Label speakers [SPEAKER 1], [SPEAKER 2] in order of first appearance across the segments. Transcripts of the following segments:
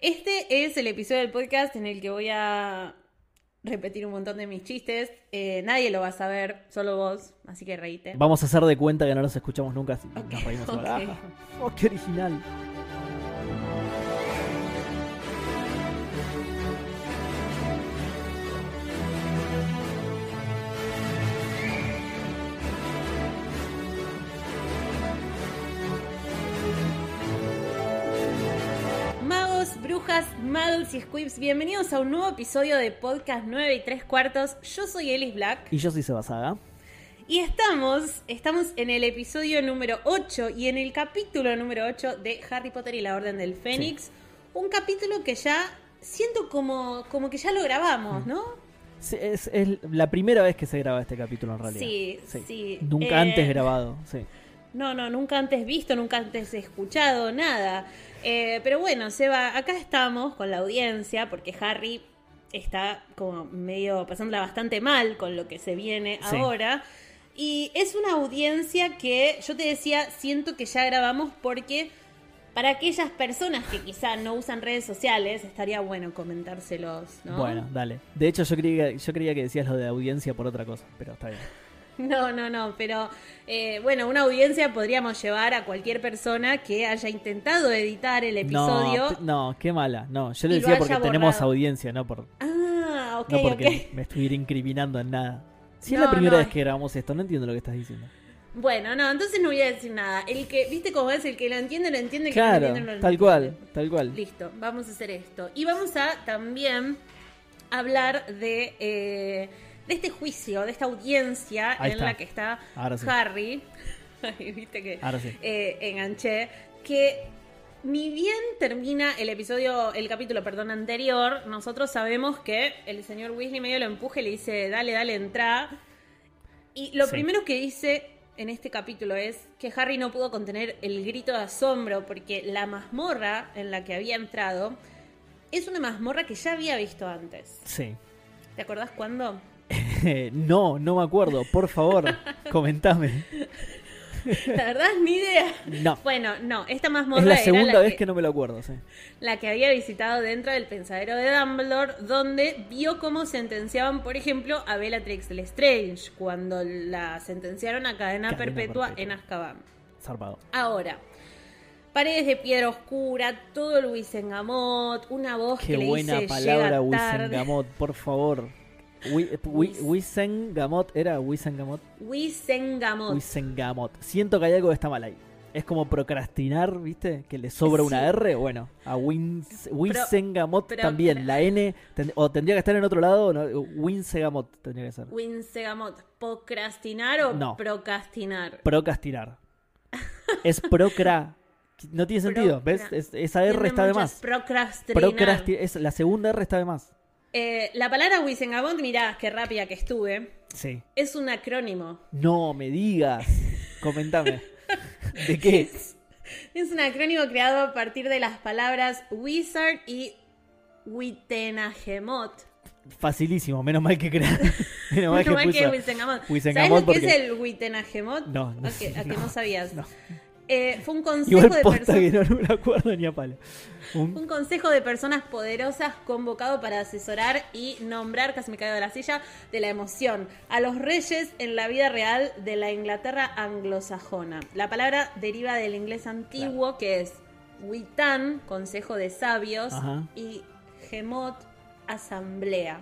[SPEAKER 1] Este es el episodio del podcast en el que voy a repetir un montón de mis chistes. Eh, nadie lo va a saber, solo vos, así que reíte.
[SPEAKER 2] Vamos a hacer de cuenta que no los escuchamos nunca, así que
[SPEAKER 1] Ok,
[SPEAKER 2] nos reímos.
[SPEAKER 1] ok.
[SPEAKER 2] ahora. Ah, ¡Oh, qué original!
[SPEAKER 1] Magos, brujas, muggles y squibs, bienvenidos a un nuevo episodio de Podcast 9 y 3 cuartos. Yo soy Ellis Black
[SPEAKER 2] Y yo soy Sebasaga.
[SPEAKER 1] y estamos, estamos en el episodio número 8 y en el capítulo número 8 de Harry Potter y la Orden del Fénix. Un capítulo que ya siento como, como que ya lo grabamos, ¿no?
[SPEAKER 2] Sí, Es, es la primera vez que se graba este capítulo en realidad.
[SPEAKER 1] Sí, sí.
[SPEAKER 2] Nunca
[SPEAKER 1] Eh,
[SPEAKER 2] antes grabado, sí.
[SPEAKER 1] No, no, nunca antes visto, nunca antes escuchado, nada. Eh, pero bueno, Seba, acá estamos con la audiencia, porque Harry está como medio pasándola bastante mal con lo que se viene
[SPEAKER 2] Sí.
[SPEAKER 1] ahora. Y es una audiencia que yo te decía, siento que ya grabamos porque para aquellas personas que quizá no usan redes sociales, estaría bueno comentárselos, ¿no?
[SPEAKER 2] Bueno, dale. De hecho, yo creía, yo creía que decías lo de audiencia por otra cosa, pero está bien.
[SPEAKER 1] No, no, no, pero eh, bueno, una audiencia podríamos llevar a cualquier persona que haya intentado editar el episodio.
[SPEAKER 2] No, te- no, qué mala. No, yo
[SPEAKER 1] Y
[SPEAKER 2] le
[SPEAKER 1] lo
[SPEAKER 2] decía porque
[SPEAKER 1] haya
[SPEAKER 2] tenemos
[SPEAKER 1] borrado.
[SPEAKER 2] audiencia, no, por,
[SPEAKER 1] Ah, ok,
[SPEAKER 2] no porque
[SPEAKER 1] ok.
[SPEAKER 2] me estuviera incriminando en nada. Si es
[SPEAKER 1] No,
[SPEAKER 2] la primera
[SPEAKER 1] no,
[SPEAKER 2] vez
[SPEAKER 1] es-
[SPEAKER 2] que grabamos esto, no entiendo lo que estás diciendo.
[SPEAKER 1] Bueno, no, entonces no voy a decir nada. El que, viste cómo es, el que lo entiende, lo entiende, el que no lo
[SPEAKER 2] Claro,
[SPEAKER 1] entiende, no lo
[SPEAKER 2] tal cual,
[SPEAKER 1] entiende.
[SPEAKER 2] tal cual.
[SPEAKER 1] Listo, vamos a hacer esto. Y vamos a también hablar de, eh, de este juicio, de esta audiencia
[SPEAKER 2] Ahí
[SPEAKER 1] en
[SPEAKER 2] está.
[SPEAKER 1] la que está
[SPEAKER 2] Ahora sí.
[SPEAKER 1] Harry. Ay, viste que...
[SPEAKER 2] Ahora sí.
[SPEAKER 1] eh, enganché, que ni bien termina el episodio, el capítulo, perdón, anterior, nosotros sabemos que el señor Weasley medio lo empuje, le dice, dale, dale, entra. Y lo
[SPEAKER 2] Sí.
[SPEAKER 1] primero que dice en este capítulo es que Harry no pudo contener el grito de asombro porque la mazmorra en la que había entrado es una mazmorra que ya había visto antes.
[SPEAKER 2] Sí.
[SPEAKER 1] ¿Te acordás cuándo?
[SPEAKER 2] Eh, no, no me acuerdo. Por favor, comentame.
[SPEAKER 1] La verdad, ni idea.
[SPEAKER 2] No.
[SPEAKER 1] Bueno, no, esta mazmorra
[SPEAKER 2] Es la
[SPEAKER 1] era
[SPEAKER 2] segunda
[SPEAKER 1] la
[SPEAKER 2] vez
[SPEAKER 1] que-
[SPEAKER 2] que no me lo acuerdo, sí.
[SPEAKER 1] la que había visitado dentro del pensadero de Dumbledore, donde vio cómo sentenciaban, por ejemplo, a Bellatrix Lestrange cuando la sentenciaron a cadena,
[SPEAKER 2] Cadena
[SPEAKER 1] perpetua,
[SPEAKER 2] perpetua.
[SPEAKER 1] en Azkaban.
[SPEAKER 2] Zarpado.
[SPEAKER 1] Ahora, paredes de piedra oscura, todo el Wisengamot, una voz
[SPEAKER 2] Qué
[SPEAKER 1] que le
[SPEAKER 2] buena
[SPEAKER 1] dice,
[SPEAKER 2] palabra,
[SPEAKER 1] "Llega tarde".
[SPEAKER 2] Wisengamot, por favor. Wi- eh, Wi-
[SPEAKER 1] Wis-
[SPEAKER 2] Wisengamot, ¿era Wisengamot?
[SPEAKER 1] Wisengamot.
[SPEAKER 2] Wisengamot. Siento que hay algo que está mal ahí. Es como procrastinar, ¿viste? Que le sobra
[SPEAKER 1] Sí.
[SPEAKER 2] una R. Bueno, a Wins- Wisengamot
[SPEAKER 1] pero-
[SPEAKER 2] también. La N, ten- o tendría que estar en otro lado, o no, Winsegamot tendría que ser.
[SPEAKER 1] Winsegamot, ¿Procrastinar o
[SPEAKER 2] No.
[SPEAKER 1] procrastinar?
[SPEAKER 2] Procrastinar. Es procra. No tiene sentido,
[SPEAKER 1] Procra-
[SPEAKER 2] ¿ves? Es- esa R
[SPEAKER 1] Tiene
[SPEAKER 2] está de
[SPEAKER 1] muchas
[SPEAKER 2] más.
[SPEAKER 1] Procrastinar.
[SPEAKER 2] Procrasti- es, la segunda R está de más.
[SPEAKER 1] Eh, la palabra Wisengamot, mirá, qué rápida que estuve.
[SPEAKER 2] Sí.
[SPEAKER 1] Es un acrónimo.
[SPEAKER 2] No me digas. Comentame. ¿De qué?
[SPEAKER 1] Es un acrónimo creado a partir de las palabras wizard y Witenagemot.
[SPEAKER 2] Facilísimo, menos mal que crea. Menos mal que
[SPEAKER 1] No, es que
[SPEAKER 2] puso-
[SPEAKER 1] Wittengamot. ¿Sabes
[SPEAKER 2] Wittengamot
[SPEAKER 1] lo que es
[SPEAKER 2] porque-
[SPEAKER 1] el Witenagemot?
[SPEAKER 2] No, no
[SPEAKER 1] ¿A que, a que no,
[SPEAKER 2] no,
[SPEAKER 1] sabías.
[SPEAKER 2] no.
[SPEAKER 1] Eh, fue un consejo
[SPEAKER 2] Igual
[SPEAKER 1] de
[SPEAKER 2] posta
[SPEAKER 1] personas.
[SPEAKER 2] que no, no me lo acuerdo ni a palo. Un-
[SPEAKER 1] Un consejo de personas poderosas convocado para asesorar y nombrar, casi me caigo de la silla, de la emoción a los reyes en la vida real de la Inglaterra anglosajona. La palabra deriva del inglés antiguo que es witan, consejo de sabios,
[SPEAKER 2] Ajá.
[SPEAKER 1] y gemot, asamblea.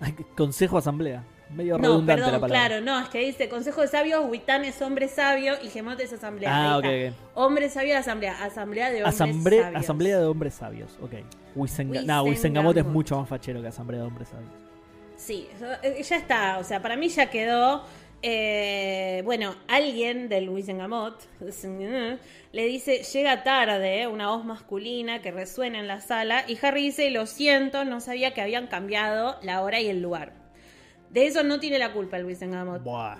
[SPEAKER 2] Ay, Consejo Asamblea. Medio
[SPEAKER 1] No,
[SPEAKER 2] redundante
[SPEAKER 1] perdón,
[SPEAKER 2] la palabra.
[SPEAKER 1] claro, no, es que dice consejo de sabios, witan es hombre sabio y gemot es asamblea.
[SPEAKER 2] Ah,
[SPEAKER 1] Ahí
[SPEAKER 2] ok,
[SPEAKER 1] está. Hombre sabio, asamblea, asamblea de hombres
[SPEAKER 2] Asamble-
[SPEAKER 1] sabios.
[SPEAKER 2] asamblea de hombres sabios, ok. Wisenga-
[SPEAKER 1] Wisengamot.
[SPEAKER 2] nah, Wisengamot es mucho más fachero que asamblea de hombres sabios.
[SPEAKER 1] Sí, eso, eh, ya está. O sea, para mí ya quedó. eh, bueno, alguien del Luis Engamot le dice: Llega tarde, una voz masculina que resuena en la sala. Y Harry dice: Lo siento, no sabía que habían cambiado la hora y el lugar. De eso no tiene la culpa el Luis Engamot.
[SPEAKER 2] Buah,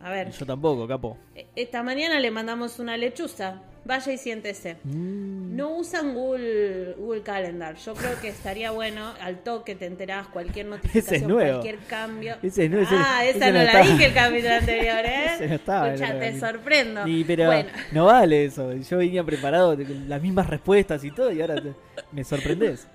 [SPEAKER 1] A ver,
[SPEAKER 2] yo tampoco, capo.
[SPEAKER 1] e- esta mañana le mandamos una lechuza. Vaya y siéntese.
[SPEAKER 2] Mm,
[SPEAKER 1] No usan Google, Google Calendar. Yo creo que estaría bueno, al toque te enterás cualquier
[SPEAKER 2] Ese es
[SPEAKER 1] notificación,
[SPEAKER 2] nuevo.
[SPEAKER 1] cualquier cambio.
[SPEAKER 2] Ese es nuevo, ese-
[SPEAKER 1] ah, esa
[SPEAKER 2] ese
[SPEAKER 1] no,
[SPEAKER 2] no
[SPEAKER 1] la
[SPEAKER 2] estaba.
[SPEAKER 1] dije el capítulo anterior, ¿eh?
[SPEAKER 2] Ese no estaba,
[SPEAKER 1] Escucha,
[SPEAKER 2] no,
[SPEAKER 1] te
[SPEAKER 2] no.
[SPEAKER 1] sorprendo.
[SPEAKER 2] Ni, pero
[SPEAKER 1] Bueno,
[SPEAKER 2] no vale eso. Yo venía preparado de- con las mismas respuestas y todo, y ahora te- me sorprendés.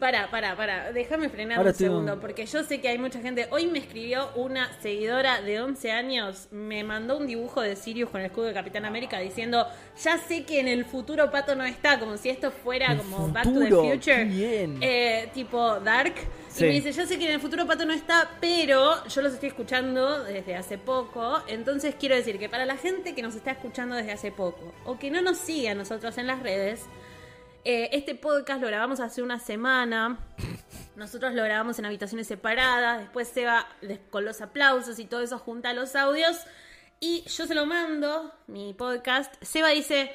[SPEAKER 1] para, para, para. Déjame frenar
[SPEAKER 2] Ahora
[SPEAKER 1] un
[SPEAKER 2] estoy-
[SPEAKER 1] segundo, porque yo sé que hay mucha gente. Hoy me escribió una seguidora de 11 años, me mandó un dibujo de Sirius con el escudo de Capitán América diciendo: Ya sé que en el futuro Pato no está, como si esto fuera
[SPEAKER 2] El
[SPEAKER 1] como Back to the
[SPEAKER 2] futuro,
[SPEAKER 1] Future.
[SPEAKER 2] qué bien.
[SPEAKER 1] eh, tipo Dark.
[SPEAKER 2] Sí.
[SPEAKER 1] Y me dice, yo sé que en el futuro Pato no está, pero yo los estoy escuchando desde hace poco. Entonces quiero decir que para la gente que nos está escuchando desde hace poco o que no nos sigue a nosotros en las redes, eh, este podcast lo grabamos hace una semana. Nosotros lo grabamos en habitaciones separadas. Después se va con los aplausos y todo eso junta los audios. Y yo se lo mando, mi podcast. Seba dice,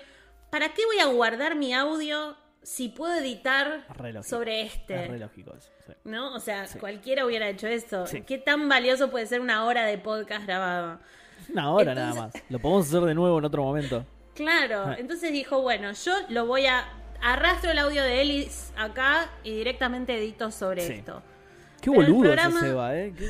[SPEAKER 1] ¿para qué voy a guardar mi audio si puedo editar
[SPEAKER 2] Re lógico.
[SPEAKER 1] sobre este?
[SPEAKER 2] Es re lógico eso, sí.
[SPEAKER 1] ¿No? O sea, cualquiera hubiera hecho eso.
[SPEAKER 2] Sí.
[SPEAKER 1] ¿Qué tan valioso puede ser una hora de podcast grabado?
[SPEAKER 2] Una hora
[SPEAKER 1] Entonces-
[SPEAKER 2] nada más. Lo podemos hacer de nuevo en otro momento.
[SPEAKER 1] Claro,
[SPEAKER 2] Ah.
[SPEAKER 1] entonces dijo, bueno, yo lo voy a... Arrastro el audio de Ellis acá y directamente edito sobre
[SPEAKER 2] Sí.
[SPEAKER 1] esto.
[SPEAKER 2] Qué
[SPEAKER 1] Pero el
[SPEAKER 2] boludo
[SPEAKER 1] programa-
[SPEAKER 2] ese Seba, ¿eh? Qué-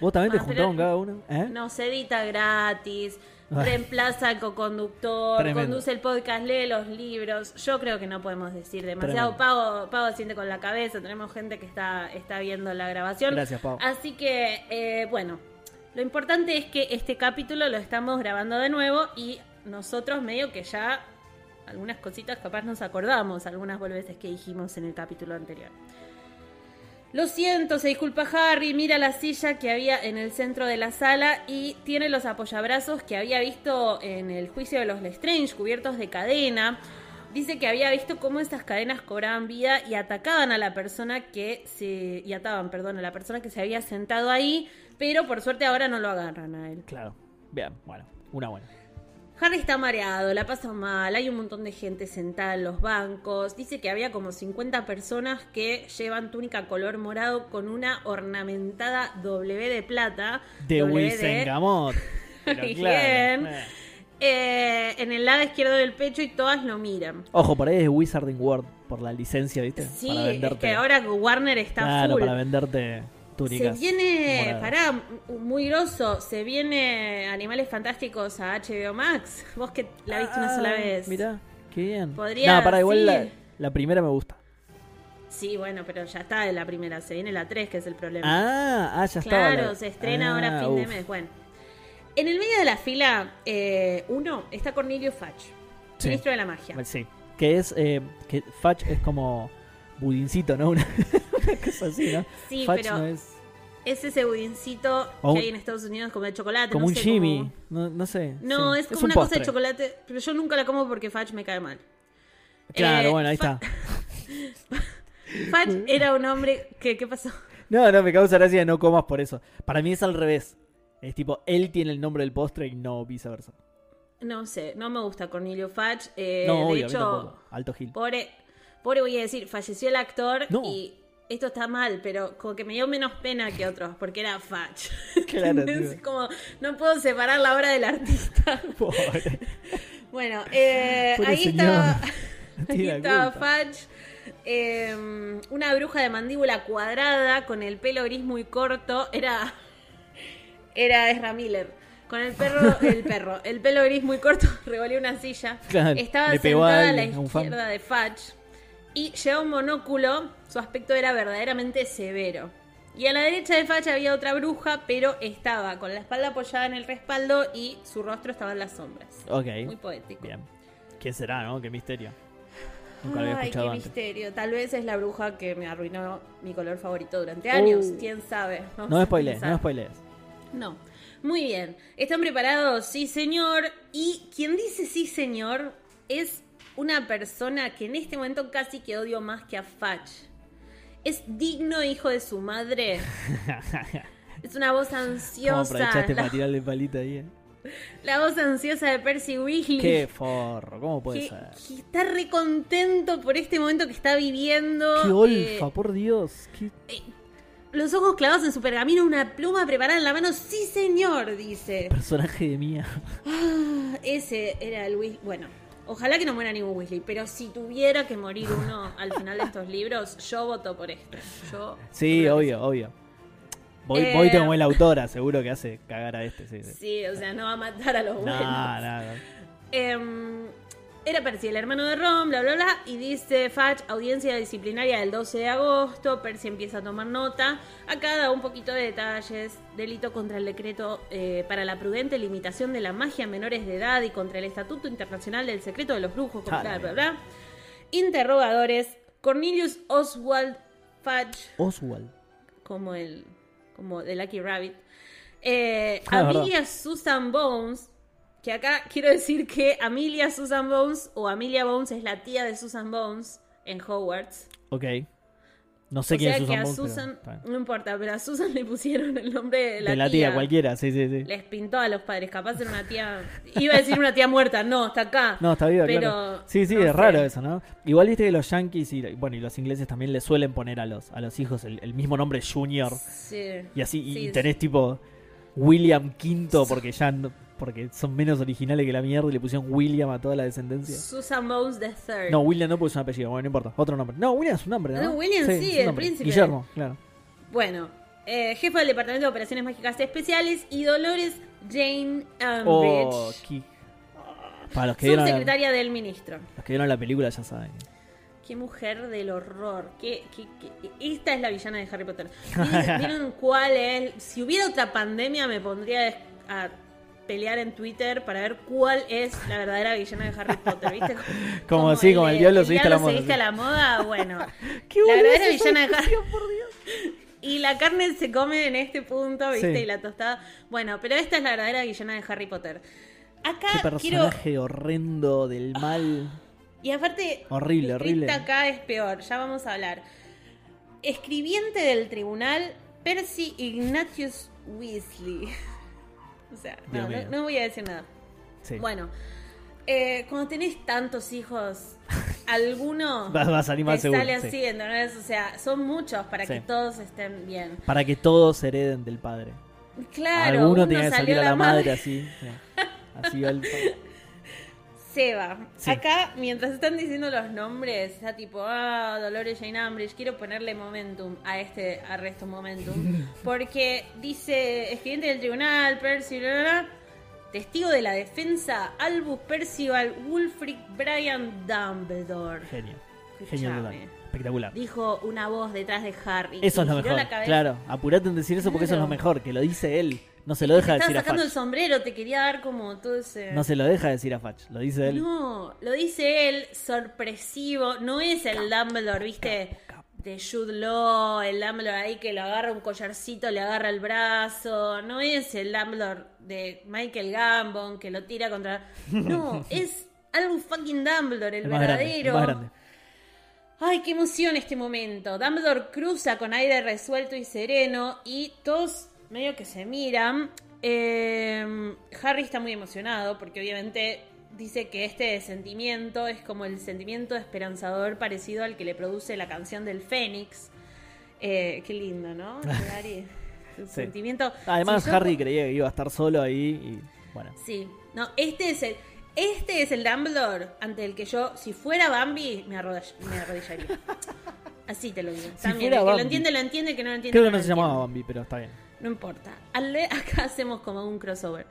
[SPEAKER 2] ¿Vos también te
[SPEAKER 1] Bueno,
[SPEAKER 2] juntaron
[SPEAKER 1] pero-
[SPEAKER 2] cada uno? ¿Eh?
[SPEAKER 1] Nos edita gratis,
[SPEAKER 2] Ah.
[SPEAKER 1] reemplaza al coconductor,
[SPEAKER 2] Tremendo.
[SPEAKER 1] conduce el podcast, lee los libros. Yo creo que no podemos decir demasiado.
[SPEAKER 2] Tremendo.
[SPEAKER 1] Pavo, Pavo siente con la cabeza, tenemos gente que está, está viendo la grabación.
[SPEAKER 2] Gracias, Pavo.
[SPEAKER 1] Así que, eh, bueno, lo importante es que este capítulo lo estamos grabando de nuevo y nosotros medio que ya algunas cositas capaz nos acordamos, algunas volveces que dijimos en el capítulo anterior. Lo siento, se disculpa Harry, mira la silla que había en el centro de la sala y tiene los apoyabrazos que había visto en el juicio de los Lestrange, cubiertos de cadena. Dice que había visto cómo estas cadenas cobraban vida y atacaban a la persona que se. y ataban, perdón, a la persona que se había sentado ahí, pero por suerte ahora no lo agarran a él.
[SPEAKER 2] Claro. Bien, bueno. Una buena.
[SPEAKER 1] Harry está mareado, la pasa mal, hay un montón de gente sentada en los bancos. Dice que había como 50 personas que llevan túnica color morado con una ornamentada W de plata.
[SPEAKER 2] De
[SPEAKER 1] W
[SPEAKER 2] Wilson Gamot. Pero
[SPEAKER 1] Bien.
[SPEAKER 2] claro. eh.
[SPEAKER 1] eh, en el lado izquierdo del pecho y todas lo miran.
[SPEAKER 2] Ojo, por ahí es Wizarding World, por la licencia, ¿viste?
[SPEAKER 1] Sí, es que ahora Warner está
[SPEAKER 2] claro,
[SPEAKER 1] full.
[SPEAKER 2] para venderte
[SPEAKER 1] Se
[SPEAKER 2] túnicas.
[SPEAKER 1] viene,
[SPEAKER 2] moradas.
[SPEAKER 1] pará, muy grosso, se viene Animales Fantásticos a HBO Max. Vos que la viste una sola
[SPEAKER 2] Ah,
[SPEAKER 1] vez.
[SPEAKER 2] Mirá, qué bien.
[SPEAKER 1] Podría-
[SPEAKER 2] no, para igual
[SPEAKER 1] sí.
[SPEAKER 2] la, la primera me gusta.
[SPEAKER 1] Sí, bueno, pero ya está de la primera, se viene la 3, que es el problema.
[SPEAKER 2] Ah, ah, ya está.
[SPEAKER 1] Claro, se estrena ahora a fin de
[SPEAKER 2] Ah, uf.
[SPEAKER 1] mes. Bueno, en el medio de la fila, eh, uno, está Cornelio Fach,
[SPEAKER 2] Sí.
[SPEAKER 1] ministro de la magia.
[SPEAKER 2] Sí, que es. Eh, que Fach es como. Budincito, ¿no? Una, una cosa así, ¿no?
[SPEAKER 1] Sí,
[SPEAKER 2] Fudge
[SPEAKER 1] pero
[SPEAKER 2] no es.
[SPEAKER 1] Es ese budincito
[SPEAKER 2] O un-
[SPEAKER 1] que hay en Estados Unidos como de chocolate.
[SPEAKER 2] Como
[SPEAKER 1] no
[SPEAKER 2] un
[SPEAKER 1] sé,
[SPEAKER 2] Jimmy.
[SPEAKER 1] como-
[SPEAKER 2] No, no sé.
[SPEAKER 1] No,
[SPEAKER 2] sí.
[SPEAKER 1] es como
[SPEAKER 2] un
[SPEAKER 1] una cosa
[SPEAKER 2] postre.
[SPEAKER 1] de chocolate, pero yo nunca la como porque Fach me cae mal.
[SPEAKER 2] Claro,
[SPEAKER 1] Eh,
[SPEAKER 2] bueno, ahí
[SPEAKER 1] Fa-
[SPEAKER 2] está.
[SPEAKER 1] Fach era un hombre que, ¿qué pasó?
[SPEAKER 2] No, no, me causa gracia, no comas por eso. Para mí es al revés. Es tipo, él tiene el nombre del postre y no viceversa.
[SPEAKER 1] No sé, no me gusta Cornelio Fach. eh,
[SPEAKER 2] no,
[SPEAKER 1] de
[SPEAKER 2] obvio, a mí
[SPEAKER 1] hecho,
[SPEAKER 2] tampoco. Alto Gil.
[SPEAKER 1] Pobre, pobre voy a decir, falleció el actor
[SPEAKER 2] No.
[SPEAKER 1] y esto está mal, pero como que me dio menos pena que otros, porque era Fach.
[SPEAKER 2] Claro,
[SPEAKER 1] ¿Entendés?
[SPEAKER 2] tío.
[SPEAKER 1] como no puedo separar la obra del artista.
[SPEAKER 2] Pobre.
[SPEAKER 1] Bueno, eh,
[SPEAKER 2] Pobre
[SPEAKER 1] ahí
[SPEAKER 2] señor.
[SPEAKER 1] estaba,
[SPEAKER 2] No
[SPEAKER 1] ahí
[SPEAKER 2] tiene la
[SPEAKER 1] estaba
[SPEAKER 2] culpa.
[SPEAKER 1] Fudge, eh, una bruja de mandíbula cuadrada con el pelo gris muy corto, era era Ezra Miller. Con el perro, el perro, el pelo gris muy corto, revolvió una silla.
[SPEAKER 2] Claro,
[SPEAKER 1] Estaba
[SPEAKER 2] le pegó a
[SPEAKER 1] sentada a la
[SPEAKER 2] alguien, a un fan.
[SPEAKER 1] izquierda de Fudge y llevaba un monóculo, su aspecto era verdaderamente severo. Y a la derecha de Fudge había otra bruja, pero estaba con la espalda apoyada en el respaldo y su rostro estaba en las sombras. Muy
[SPEAKER 2] Ok.
[SPEAKER 1] poético.
[SPEAKER 2] Bien. ¿Qué será, no? Qué misterio. Nunca lo había
[SPEAKER 1] Ay, qué
[SPEAKER 2] escuchado antes.
[SPEAKER 1] misterio. Tal vez es la bruja que me arruinó mi color favorito durante años.
[SPEAKER 2] Uh.
[SPEAKER 1] ¿Quién sabe? Vamos
[SPEAKER 2] No
[SPEAKER 1] a
[SPEAKER 2] spoilees,
[SPEAKER 1] pensar.
[SPEAKER 2] no spoilees.
[SPEAKER 1] No. Muy bien. ¿Están preparados? Sí, señor. Y quien dice sí, señor, es una persona que en este momento casi que odio más que a Fach. Es digno hijo de su madre. Es una voz
[SPEAKER 2] ¿Cómo
[SPEAKER 1] ansiosa.
[SPEAKER 2] aprovechaste para
[SPEAKER 1] La,
[SPEAKER 2] tirar de palita ahí? eh?
[SPEAKER 1] la voz ansiosa de Percy Weasley.
[SPEAKER 2] Qué forro, ¿cómo puede
[SPEAKER 1] que-
[SPEAKER 2] ser?
[SPEAKER 1] que está re contento por este momento que está viviendo.
[SPEAKER 2] Qué
[SPEAKER 1] Eh,
[SPEAKER 2] olfa, por Dios. qué-
[SPEAKER 1] Los ojos clavados en su pergamino, una pluma preparada en la mano. Sí, señor, dice.
[SPEAKER 2] Personaje de mía.
[SPEAKER 1] Ese era el Weasley. Bueno, Ojalá que no muera ningún Weasley, pero si tuviera que morir uno al final de estos libros, yo voto por este. Yo
[SPEAKER 2] Sí,
[SPEAKER 1] creo que
[SPEAKER 2] obvio, obvio. Voy,
[SPEAKER 1] Eh,
[SPEAKER 2] voy como la autora, seguro que hace cagar a este. Sí,
[SPEAKER 1] sí.
[SPEAKER 2] sí.
[SPEAKER 1] Sí, o sea, no va a matar a los
[SPEAKER 2] No,
[SPEAKER 1] buenos.
[SPEAKER 2] no, no.
[SPEAKER 1] Em, era Percy, el hermano de Ron, bla, bla, bla. Y dice Fatch, audiencia disciplinaria del 12 de agosto. Percy empieza a tomar nota. Acá da un poquito de detalles. Delito contra el decreto eh, para la prudente limitación de la magia a menores de edad y contra el Estatuto Internacional del Secreto de los Brujos. como
[SPEAKER 2] Ah,
[SPEAKER 1] tal, bla,
[SPEAKER 2] la
[SPEAKER 1] bla. Interrogadores. Cornelius Oswald Fatch,
[SPEAKER 2] Oswald.
[SPEAKER 1] como el como de Lucky Rabbit. Eh,
[SPEAKER 2] Ah,
[SPEAKER 1] Amelia Susan Bones, que acá quiero decir que Amelia Susan Bones o Amelia Bones es la tía de Susan Bones en Hogwarts.
[SPEAKER 2] Ok. No sé
[SPEAKER 1] o
[SPEAKER 2] quién
[SPEAKER 1] sea
[SPEAKER 2] es
[SPEAKER 1] que a
[SPEAKER 2] Susan Bones, pero
[SPEAKER 1] Susan,
[SPEAKER 2] está bien.
[SPEAKER 1] no importa, pero a Susan le pusieron el nombre de la,
[SPEAKER 2] de la tía, cualquiera, sí, sí, sí.
[SPEAKER 1] Les pintó a los padres, capaz era una tía, iba a decir una tía muerta, no, está acá.
[SPEAKER 2] No, está viva,
[SPEAKER 1] pero,
[SPEAKER 2] claro. Sí, sí,
[SPEAKER 1] no
[SPEAKER 2] es
[SPEAKER 1] sé.
[SPEAKER 2] raro eso, ¿no? Igual viste que los yankees y, bueno, y los ingleses también le suelen poner a los, a los hijos el, el mismo nombre Junior
[SPEAKER 1] Sí.
[SPEAKER 2] y así, y
[SPEAKER 1] Sí,
[SPEAKER 2] tenés tipo William V porque ya no- porque son menos originales que la mierda y le pusieron William a toda la descendencia.
[SPEAKER 1] Susan Bones the Third.
[SPEAKER 2] No, William no puso un apellido, bueno, no importa, otro nombre. No, William es un nombre, ¿no?
[SPEAKER 1] No, William sí,
[SPEAKER 2] es un
[SPEAKER 1] el
[SPEAKER 2] nombre.
[SPEAKER 1] príncipe.
[SPEAKER 2] Guillermo, claro.
[SPEAKER 1] Bueno, eh, jefa del Departamento de Operaciones Mágicas Especiales y Dolores Jane Ambridge,
[SPEAKER 2] Oh, qui- Para los que vieron la,
[SPEAKER 1] subsecretaria del ministro.
[SPEAKER 2] los que vieron la película ya saben.
[SPEAKER 1] Qué mujer del horror. Qué, qué- qué- Esta es la villana de Harry Potter. ¿Vieron, vieron cuál es? Si hubiera otra pandemia me pondría a pelear en Twitter para ver cuál es la verdadera villana de Harry Potter, ¿viste?
[SPEAKER 2] Como así, como el diablo seguiste a la moda,
[SPEAKER 1] seguiste
[SPEAKER 2] sí.
[SPEAKER 1] a la moda, bueno.
[SPEAKER 2] ¿Qué
[SPEAKER 1] La
[SPEAKER 2] boludo
[SPEAKER 1] verdadera
[SPEAKER 2] es esa
[SPEAKER 1] villana de Harry
[SPEAKER 2] discusión, por Dios?
[SPEAKER 1] Y la carne se come en este punto, ¿viste?
[SPEAKER 2] Sí.
[SPEAKER 1] Y la tostada. Bueno, pero esta es la verdadera villana de Harry Potter.
[SPEAKER 2] Qué
[SPEAKER 1] Acá Ah, quiero. Ah,
[SPEAKER 2] personaje horrendo del mal.
[SPEAKER 1] Y aparte.
[SPEAKER 2] Horrible,
[SPEAKER 1] escrita
[SPEAKER 2] horrible.
[SPEAKER 1] acá es peor, ya vamos a hablar. Escribiente del tribunal, Percy Ignatius Weasley. o sea, no,
[SPEAKER 2] Dios
[SPEAKER 1] no,
[SPEAKER 2] mío.
[SPEAKER 1] no voy a decir nada.
[SPEAKER 2] Sí.
[SPEAKER 1] Bueno, eh, cuando tenés tantos hijos, alguno.
[SPEAKER 2] Va- va a salir mal
[SPEAKER 1] te
[SPEAKER 2] seguro,
[SPEAKER 1] sale
[SPEAKER 2] sí.
[SPEAKER 1] así, ¿entendés? O sea, son muchos para
[SPEAKER 2] Sí.
[SPEAKER 1] que todos estén bien.
[SPEAKER 2] Para que todos hereden del padre.
[SPEAKER 1] Claro,
[SPEAKER 2] Alguno
[SPEAKER 1] uno
[SPEAKER 2] tenía que
[SPEAKER 1] salió
[SPEAKER 2] salir a la madre, así. sí. Así va el padre.
[SPEAKER 1] Seba,
[SPEAKER 2] Sí.
[SPEAKER 1] acá mientras están diciendo los nombres, está tipo, ah, Dolores Jane Ambridge, quiero ponerle momentum a este arresto momentum. Porque dice, escribiente del tribunal, Percy, bla, bla, bla, testigo de la defensa, Albus Percival Wulfric Brian Dumbledore.
[SPEAKER 2] Genio. Genio
[SPEAKER 1] Escuchame.
[SPEAKER 2] total. Espectacular.
[SPEAKER 1] Dijo una voz detrás de Harry.
[SPEAKER 2] Eso
[SPEAKER 1] y
[SPEAKER 2] es
[SPEAKER 1] giró
[SPEAKER 2] lo mejor.
[SPEAKER 1] la cabeza.
[SPEAKER 2] Claro, apurate en decir eso porque eso es lo
[SPEAKER 1] Claro.
[SPEAKER 2] mejor, que lo dice él. No se lo
[SPEAKER 1] Te
[SPEAKER 2] deja
[SPEAKER 1] estaba
[SPEAKER 2] decir a
[SPEAKER 1] sacando el
[SPEAKER 2] Fach.
[SPEAKER 1] sombrero, te quería dar como todo ese...
[SPEAKER 2] No se lo deja decir a Fach, lo dice él.
[SPEAKER 1] No, lo dice él, sorpresivo. No es el Dumbledore, viste,
[SPEAKER 2] cap.
[SPEAKER 1] de Jude Law, el Dumbledore ahí que le agarra un collarcito, le agarra el brazo. No es el Dumbledore de Michael Gambon que lo tira contra. No, es algo fucking Dumbledore, el,
[SPEAKER 2] el más grande. el
[SPEAKER 1] verdadero.
[SPEAKER 2] más grande.
[SPEAKER 1] Ay, qué emoción este momento. Dumbledore cruza con aire resuelto y sereno y todos medio que se miran. Eh, Harry está muy emocionado porque obviamente dice que este sentimiento es como el sentimiento esperanzador parecido al que le produce la canción del Fénix. Eh, qué lindo, ¿no? Llegar y- el
[SPEAKER 2] Sí.
[SPEAKER 1] sentimiento.
[SPEAKER 2] Ah, Además,
[SPEAKER 1] Si yo-
[SPEAKER 2] Harry creía que iba a estar solo ahí y bueno.
[SPEAKER 1] Sí, no, este es el. Este es el Dumbledore ante el que yo, si fuera Bambi, me, arrodall- me arrodillaría. Así te lo digo. También,
[SPEAKER 2] fuera
[SPEAKER 1] el que lo
[SPEAKER 2] Bambi.
[SPEAKER 1] entiende, lo entiende, el que no lo entiende.
[SPEAKER 2] Creo que
[SPEAKER 1] lo
[SPEAKER 2] no se llamaba
[SPEAKER 1] entiende.
[SPEAKER 2] Bambi, pero está bien.
[SPEAKER 1] No importa. Al le- acá hacemos como un crossover.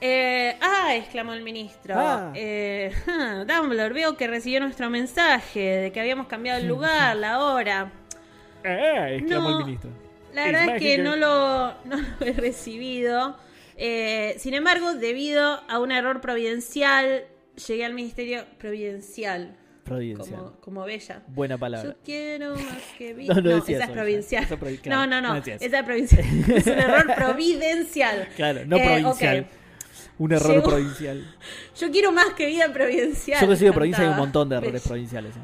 [SPEAKER 1] Eh, ah, exclamó el ministro.
[SPEAKER 2] Ah.
[SPEAKER 1] Eh, ah, Dumbledore, veo que recibió nuestro mensaje de que habíamos cambiado el lugar, la hora.
[SPEAKER 2] Eh, exclamó
[SPEAKER 1] No.
[SPEAKER 2] el ministro.
[SPEAKER 1] La
[SPEAKER 2] Es
[SPEAKER 1] verdad es que no
[SPEAKER 2] mágico.
[SPEAKER 1] lo, no lo he recibido. Eh, sin embargo, debido a un error providencial, llegué al ministerio providencial,
[SPEAKER 2] Providencial.
[SPEAKER 1] como, como bella.
[SPEAKER 2] Buena palabra.
[SPEAKER 1] Yo quiero más que vi-
[SPEAKER 2] No, no decía
[SPEAKER 1] esa es
[SPEAKER 2] eso,
[SPEAKER 1] provincial.
[SPEAKER 2] esa es provi-
[SPEAKER 1] no,
[SPEAKER 2] claro,
[SPEAKER 1] no, no,
[SPEAKER 2] no decía eso.
[SPEAKER 1] esa es provincial. Es un error providencial.
[SPEAKER 2] Claro, no
[SPEAKER 1] Eh,
[SPEAKER 2] provincial.
[SPEAKER 1] ok.
[SPEAKER 2] Un error
[SPEAKER 1] Llegó-
[SPEAKER 2] provincial.
[SPEAKER 1] Yo quiero más que vida providencial.
[SPEAKER 2] Yo que soy de
[SPEAKER 1] me
[SPEAKER 2] provincia hay un
[SPEAKER 1] encantaba. Pues-
[SPEAKER 2] montón de errores
[SPEAKER 1] Bella.
[SPEAKER 2] provinciales. ¿eh?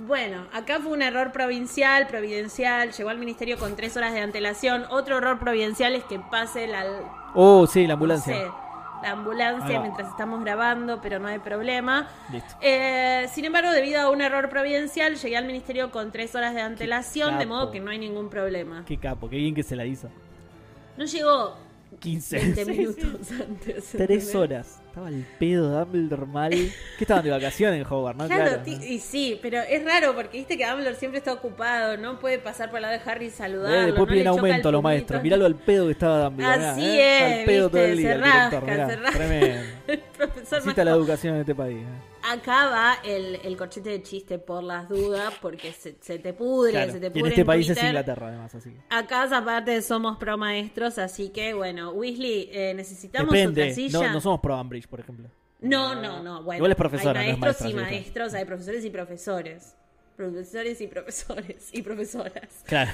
[SPEAKER 1] Bueno, acá fue un error provincial, providencial, llegó al ministerio con tres horas de antelación. Otro error providencial es que pase la,
[SPEAKER 2] Oh, sí, la
[SPEAKER 1] no
[SPEAKER 2] ambulancia.
[SPEAKER 1] sé, la ambulancia
[SPEAKER 2] Ahí va.
[SPEAKER 1] mientras estamos grabando, pero no hay problema.
[SPEAKER 2] Listo.
[SPEAKER 1] Eh, sin embargo, debido a un error providencial, llegué al ministerio con tres horas de antelación, de
[SPEAKER 2] capo.
[SPEAKER 1] modo que no hay ningún problema.
[SPEAKER 2] Qué capo, qué bien que se la hizo.
[SPEAKER 1] No llegó
[SPEAKER 2] 15.
[SPEAKER 1] 20
[SPEAKER 2] Sí, sí.
[SPEAKER 1] minutos antes.
[SPEAKER 2] Tres
[SPEAKER 1] ¿entendés?
[SPEAKER 2] horas. Está Estaba el pedo Dumbledore mal. Que estaban de vacaciones en Hogwarts, ¿no?
[SPEAKER 1] Claro,
[SPEAKER 2] Claro. Eh,
[SPEAKER 1] ti- y sí, pero es raro porque viste que Dumbledore siempre está ocupado, no puede pasar por la de Harry y
[SPEAKER 2] Eh,
[SPEAKER 1] saludarlo.
[SPEAKER 2] después
[SPEAKER 1] no
[SPEAKER 2] piden
[SPEAKER 1] le choca
[SPEAKER 2] aumento a
[SPEAKER 1] el
[SPEAKER 2] los
[SPEAKER 1] puñito.
[SPEAKER 2] maestros. Mirá lo al pedo que estaba Dumbledore. mirá,
[SPEAKER 1] Así
[SPEAKER 2] ¿eh?
[SPEAKER 1] es,
[SPEAKER 2] Al pedo todo
[SPEAKER 1] viste,
[SPEAKER 2] el día.
[SPEAKER 1] se
[SPEAKER 2] el director,
[SPEAKER 1] rasca,
[SPEAKER 2] mirá.
[SPEAKER 1] se rasca.
[SPEAKER 2] Tremendo.
[SPEAKER 1] El profesor
[SPEAKER 2] Necesita la
[SPEAKER 1] Mac-
[SPEAKER 2] educación en este país. ¿eh?
[SPEAKER 1] Acá va el, el corchete de chiste por las dudas porque se, se te pudre,
[SPEAKER 2] Claro.
[SPEAKER 1] se te
[SPEAKER 2] Y
[SPEAKER 1] pudre
[SPEAKER 2] en este país es
[SPEAKER 1] Twitter.
[SPEAKER 2] Inglaterra, además, así que.
[SPEAKER 1] Acá aparte somos pro maestros, así que bueno, Weasley, eh, necesitamos tu
[SPEAKER 2] Depende.
[SPEAKER 1] casilla.
[SPEAKER 2] No, no somos pro Ambridge, por ejemplo.
[SPEAKER 1] No, no, no. Bueno,
[SPEAKER 2] Igual es profesora, no
[SPEAKER 1] hay
[SPEAKER 2] es
[SPEAKER 1] maestros
[SPEAKER 2] maestra,
[SPEAKER 1] y
[SPEAKER 2] sí, claro.
[SPEAKER 1] maestros, hay profesores y profesores. Profesores y profesores y profesoras.
[SPEAKER 2] Claro.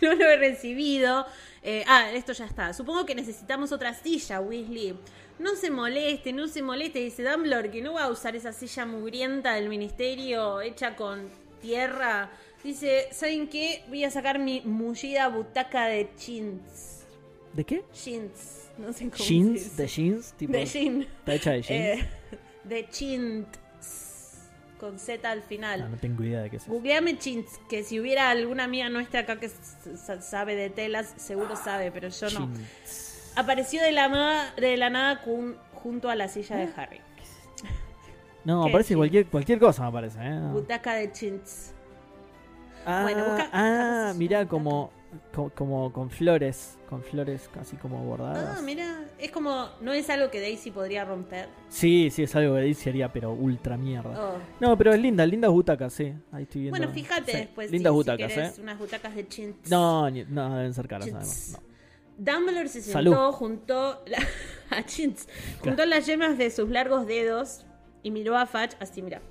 [SPEAKER 1] no lo he recibido. Eh, ah, esto ya está. Supongo que necesitamos otra silla, Weasley. No se moleste, no se moleste, dice Dumbledore, que no va a usar esa silla mugrienta del ministerio hecha con tierra. Dice, ¿saben qué? Voy a sacar mi mullida butaca de chins.
[SPEAKER 2] ¿De qué?
[SPEAKER 1] Chins. No sé cómo se
[SPEAKER 2] ¿Jeans?
[SPEAKER 1] dice.
[SPEAKER 2] ¿De jeans? Tipo,
[SPEAKER 1] De jean.
[SPEAKER 2] ¿Está hecha de jeans?
[SPEAKER 1] Eh, de chintz. Con Z al final.
[SPEAKER 2] Ah, No, no tengo idea de qué es eso.
[SPEAKER 1] Googleame chintz, que si hubiera alguna amiga nuestra acá que s- s- sabe de telas, seguro sabe, pero yo no.
[SPEAKER 2] Jeans.
[SPEAKER 1] Apareció de la, ma- de la nada cun- junto a la silla
[SPEAKER 2] Ah.
[SPEAKER 1] de Harry.
[SPEAKER 2] No,
[SPEAKER 1] ¿Qué
[SPEAKER 2] aparece
[SPEAKER 1] jeans?
[SPEAKER 2] cualquier, cualquier cosa, me parece. ¿eh? No.
[SPEAKER 1] Butaca de chintz.
[SPEAKER 2] Ah,
[SPEAKER 1] Bueno, busca-
[SPEAKER 2] ah
[SPEAKER 1] busca-
[SPEAKER 2] mirá, como, co- como con flores, con flores casi como bordadas.
[SPEAKER 1] Ah, mira, es como, no es algo que Daisy podría romper.
[SPEAKER 2] sí, sí, es algo que Daisy haría, pero ultra mierda.
[SPEAKER 1] Oh.
[SPEAKER 2] No, pero es linda, lindas butacas, sí. Ahí estoy viendo.
[SPEAKER 1] Bueno, fíjate
[SPEAKER 2] Sí,
[SPEAKER 1] después.
[SPEAKER 2] Lindas
[SPEAKER 1] si, si
[SPEAKER 2] butacas,
[SPEAKER 1] querés
[SPEAKER 2] ¿eh?
[SPEAKER 1] Unas butacas de chintz.
[SPEAKER 2] No, ni- no, deben ser caras,
[SPEAKER 1] Chintz.
[SPEAKER 2] además. no.
[SPEAKER 1] Dumbledore se sentó,
[SPEAKER 2] Salud.
[SPEAKER 1] juntó, la- a Chintz, juntó las yemas de sus largos dedos y miró a Fudge así, mira.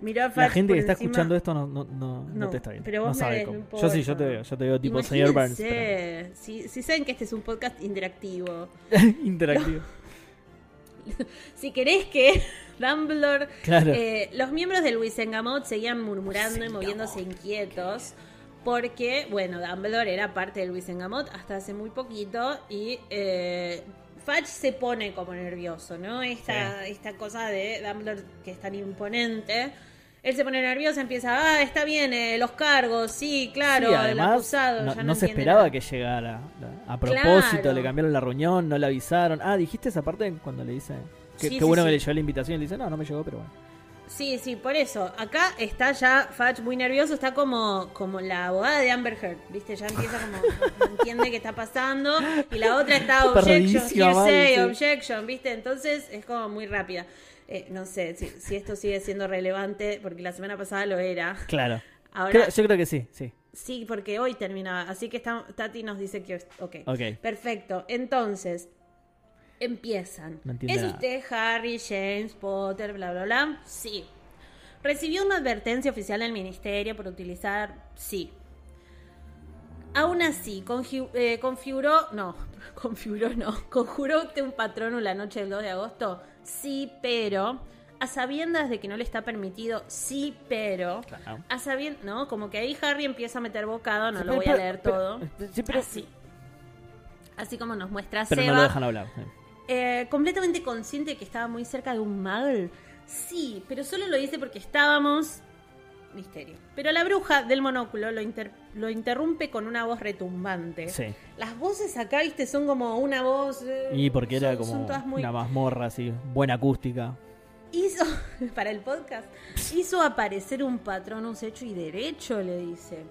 [SPEAKER 1] Miró a Fudge
[SPEAKER 2] La gente
[SPEAKER 1] por
[SPEAKER 2] que está
[SPEAKER 1] encima.
[SPEAKER 2] escuchando esto no, no, no, no
[SPEAKER 1] No,
[SPEAKER 2] te está viendo.
[SPEAKER 1] pero vos
[SPEAKER 2] no
[SPEAKER 1] me
[SPEAKER 2] sabe
[SPEAKER 1] ves,
[SPEAKER 2] cómo.
[SPEAKER 1] no
[SPEAKER 2] Yo sí, yo te
[SPEAKER 1] importa.
[SPEAKER 2] veo. Yo te veo tipo señor Burns. pero-
[SPEAKER 1] Imagínense, Si, si saben que este es un podcast interactivo.
[SPEAKER 2] Interactivo.
[SPEAKER 1] Si querés que Dumbledore...
[SPEAKER 2] Claro.
[SPEAKER 1] eh, los miembros del Wisengamot seguían murmurando y moviéndose inquietos. Porque, bueno, Dumbledore era parte del Wisengamot hasta hace muy poquito y eh, Fudge se pone como nervioso, ¿no? Esta, esta cosa de Dumbledore que es tan imponente. Él se pone nervioso, empieza, ah, está bien, eh, los cargos, sí, claro,
[SPEAKER 2] Sí,
[SPEAKER 1] el
[SPEAKER 2] además,
[SPEAKER 1] acusado.
[SPEAKER 2] no,
[SPEAKER 1] ya
[SPEAKER 2] no se
[SPEAKER 1] entiende
[SPEAKER 2] esperaba
[SPEAKER 1] nada".
[SPEAKER 2] que llegara. la- A propósito,
[SPEAKER 1] Claro.
[SPEAKER 2] le cambiaron la reunión, no le avisaron. Ah, dijiste esa parte cuando le dice. que- Qué,
[SPEAKER 1] Sí, sí,
[SPEAKER 2] bueno
[SPEAKER 1] sí.
[SPEAKER 2] que le llegó la invitación. Le dice, no, no me llegó, pero bueno.
[SPEAKER 1] Sí, sí, por eso. Acá está ya Fudge muy nervioso, está como, como la abogada de Amber Heard, ¿viste? Ya empieza como, no entiende qué está pasando. Y la otra está
[SPEAKER 2] Está
[SPEAKER 1] objection,
[SPEAKER 2] perdidísima,
[SPEAKER 1] hearsay,
[SPEAKER 2] mal, sí.
[SPEAKER 1] objection, ¿viste? Entonces es como muy rápida. Eh, no sé si, si esto sigue siendo relevante, porque la semana pasada lo era.
[SPEAKER 2] Claro.
[SPEAKER 1] Ahora
[SPEAKER 2] Creo- yo creo que sí, sí.
[SPEAKER 1] sí, porque hoy terminaba. Así que está- Tati nos dice que... Ok.
[SPEAKER 2] Ok.
[SPEAKER 1] Perfecto. Entonces, empiezan.
[SPEAKER 2] No entiendo
[SPEAKER 1] ¿Es
[SPEAKER 2] nada.
[SPEAKER 1] usted Harry, James, Potter, bla, bla, bla? Sí. ¿Recibió una advertencia oficial del ministerio por utilizar? Sí. Aún así, conju- eh, configuró, no, configuró no, conjuró usted un patrono la noche del 2 de agosto, sí, pero, a sabiendas de que no le está permitido, sí, pero,
[SPEAKER 2] Claro.
[SPEAKER 1] a sabiendas, no, como que ahí Harry empieza a meter bocado, no
[SPEAKER 2] Sí,
[SPEAKER 1] lo
[SPEAKER 2] pero-
[SPEAKER 1] voy a
[SPEAKER 2] pero-
[SPEAKER 1] leer
[SPEAKER 2] pero- eh,
[SPEAKER 1] todo.
[SPEAKER 2] sí, pero-
[SPEAKER 1] Así. Así como nos muestra
[SPEAKER 2] Pero
[SPEAKER 1] Seba,
[SPEAKER 2] no lo dejan hablar. sí.
[SPEAKER 1] eh, completamente consciente de que estaba muy cerca de un mal. Sí, pero solo lo hice porque estábamos... Misterio. Pero la bruja del monóculo lo, inter- lo interrumpe con una voz retumbante.
[SPEAKER 2] Sí.
[SPEAKER 1] Las voces acá, viste, son como una voz... eh,
[SPEAKER 2] Y porque era
[SPEAKER 1] son- son
[SPEAKER 2] como
[SPEAKER 1] todas muy-
[SPEAKER 2] una mazmorra así, buena acústica.
[SPEAKER 1] Hizo, para el podcast, hizo aparecer un patronus hecho y derecho, le dice.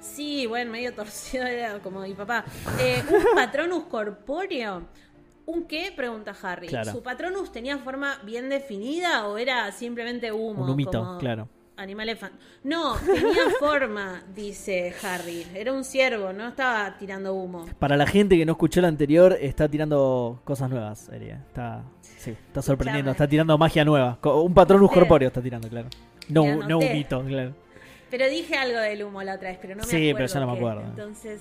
[SPEAKER 1] Sí, bueno, medio torcido era como mi papá. Eh, un patronus corpóreo. ¿Un qué? Pregunta Harry.
[SPEAKER 2] Claro.
[SPEAKER 1] ¿Su patronus tenía forma bien definida o era simplemente humo?
[SPEAKER 2] Un humito,
[SPEAKER 1] como
[SPEAKER 2] claro.
[SPEAKER 1] Animal elefante. No, tenía forma, dice Harry. Era un ciervo, no estaba tirando humo.
[SPEAKER 2] Para la gente que no escuchó el anterior, está tirando cosas nuevas, Elia. Está, sí, está sorprendiendo,
[SPEAKER 1] Claro.
[SPEAKER 2] está tirando magia nueva. Co- Un patronus
[SPEAKER 1] Anoté.
[SPEAKER 2] corpóreo está tirando, claro. No,
[SPEAKER 1] Me
[SPEAKER 2] no
[SPEAKER 1] anoté.
[SPEAKER 2] humito, claro.
[SPEAKER 1] Pero dije algo del humo la otra vez, pero no me
[SPEAKER 2] Sí,
[SPEAKER 1] acuerdo.
[SPEAKER 2] pero ya no me
[SPEAKER 1] qué.
[SPEAKER 2] acuerdo.
[SPEAKER 1] Entonces,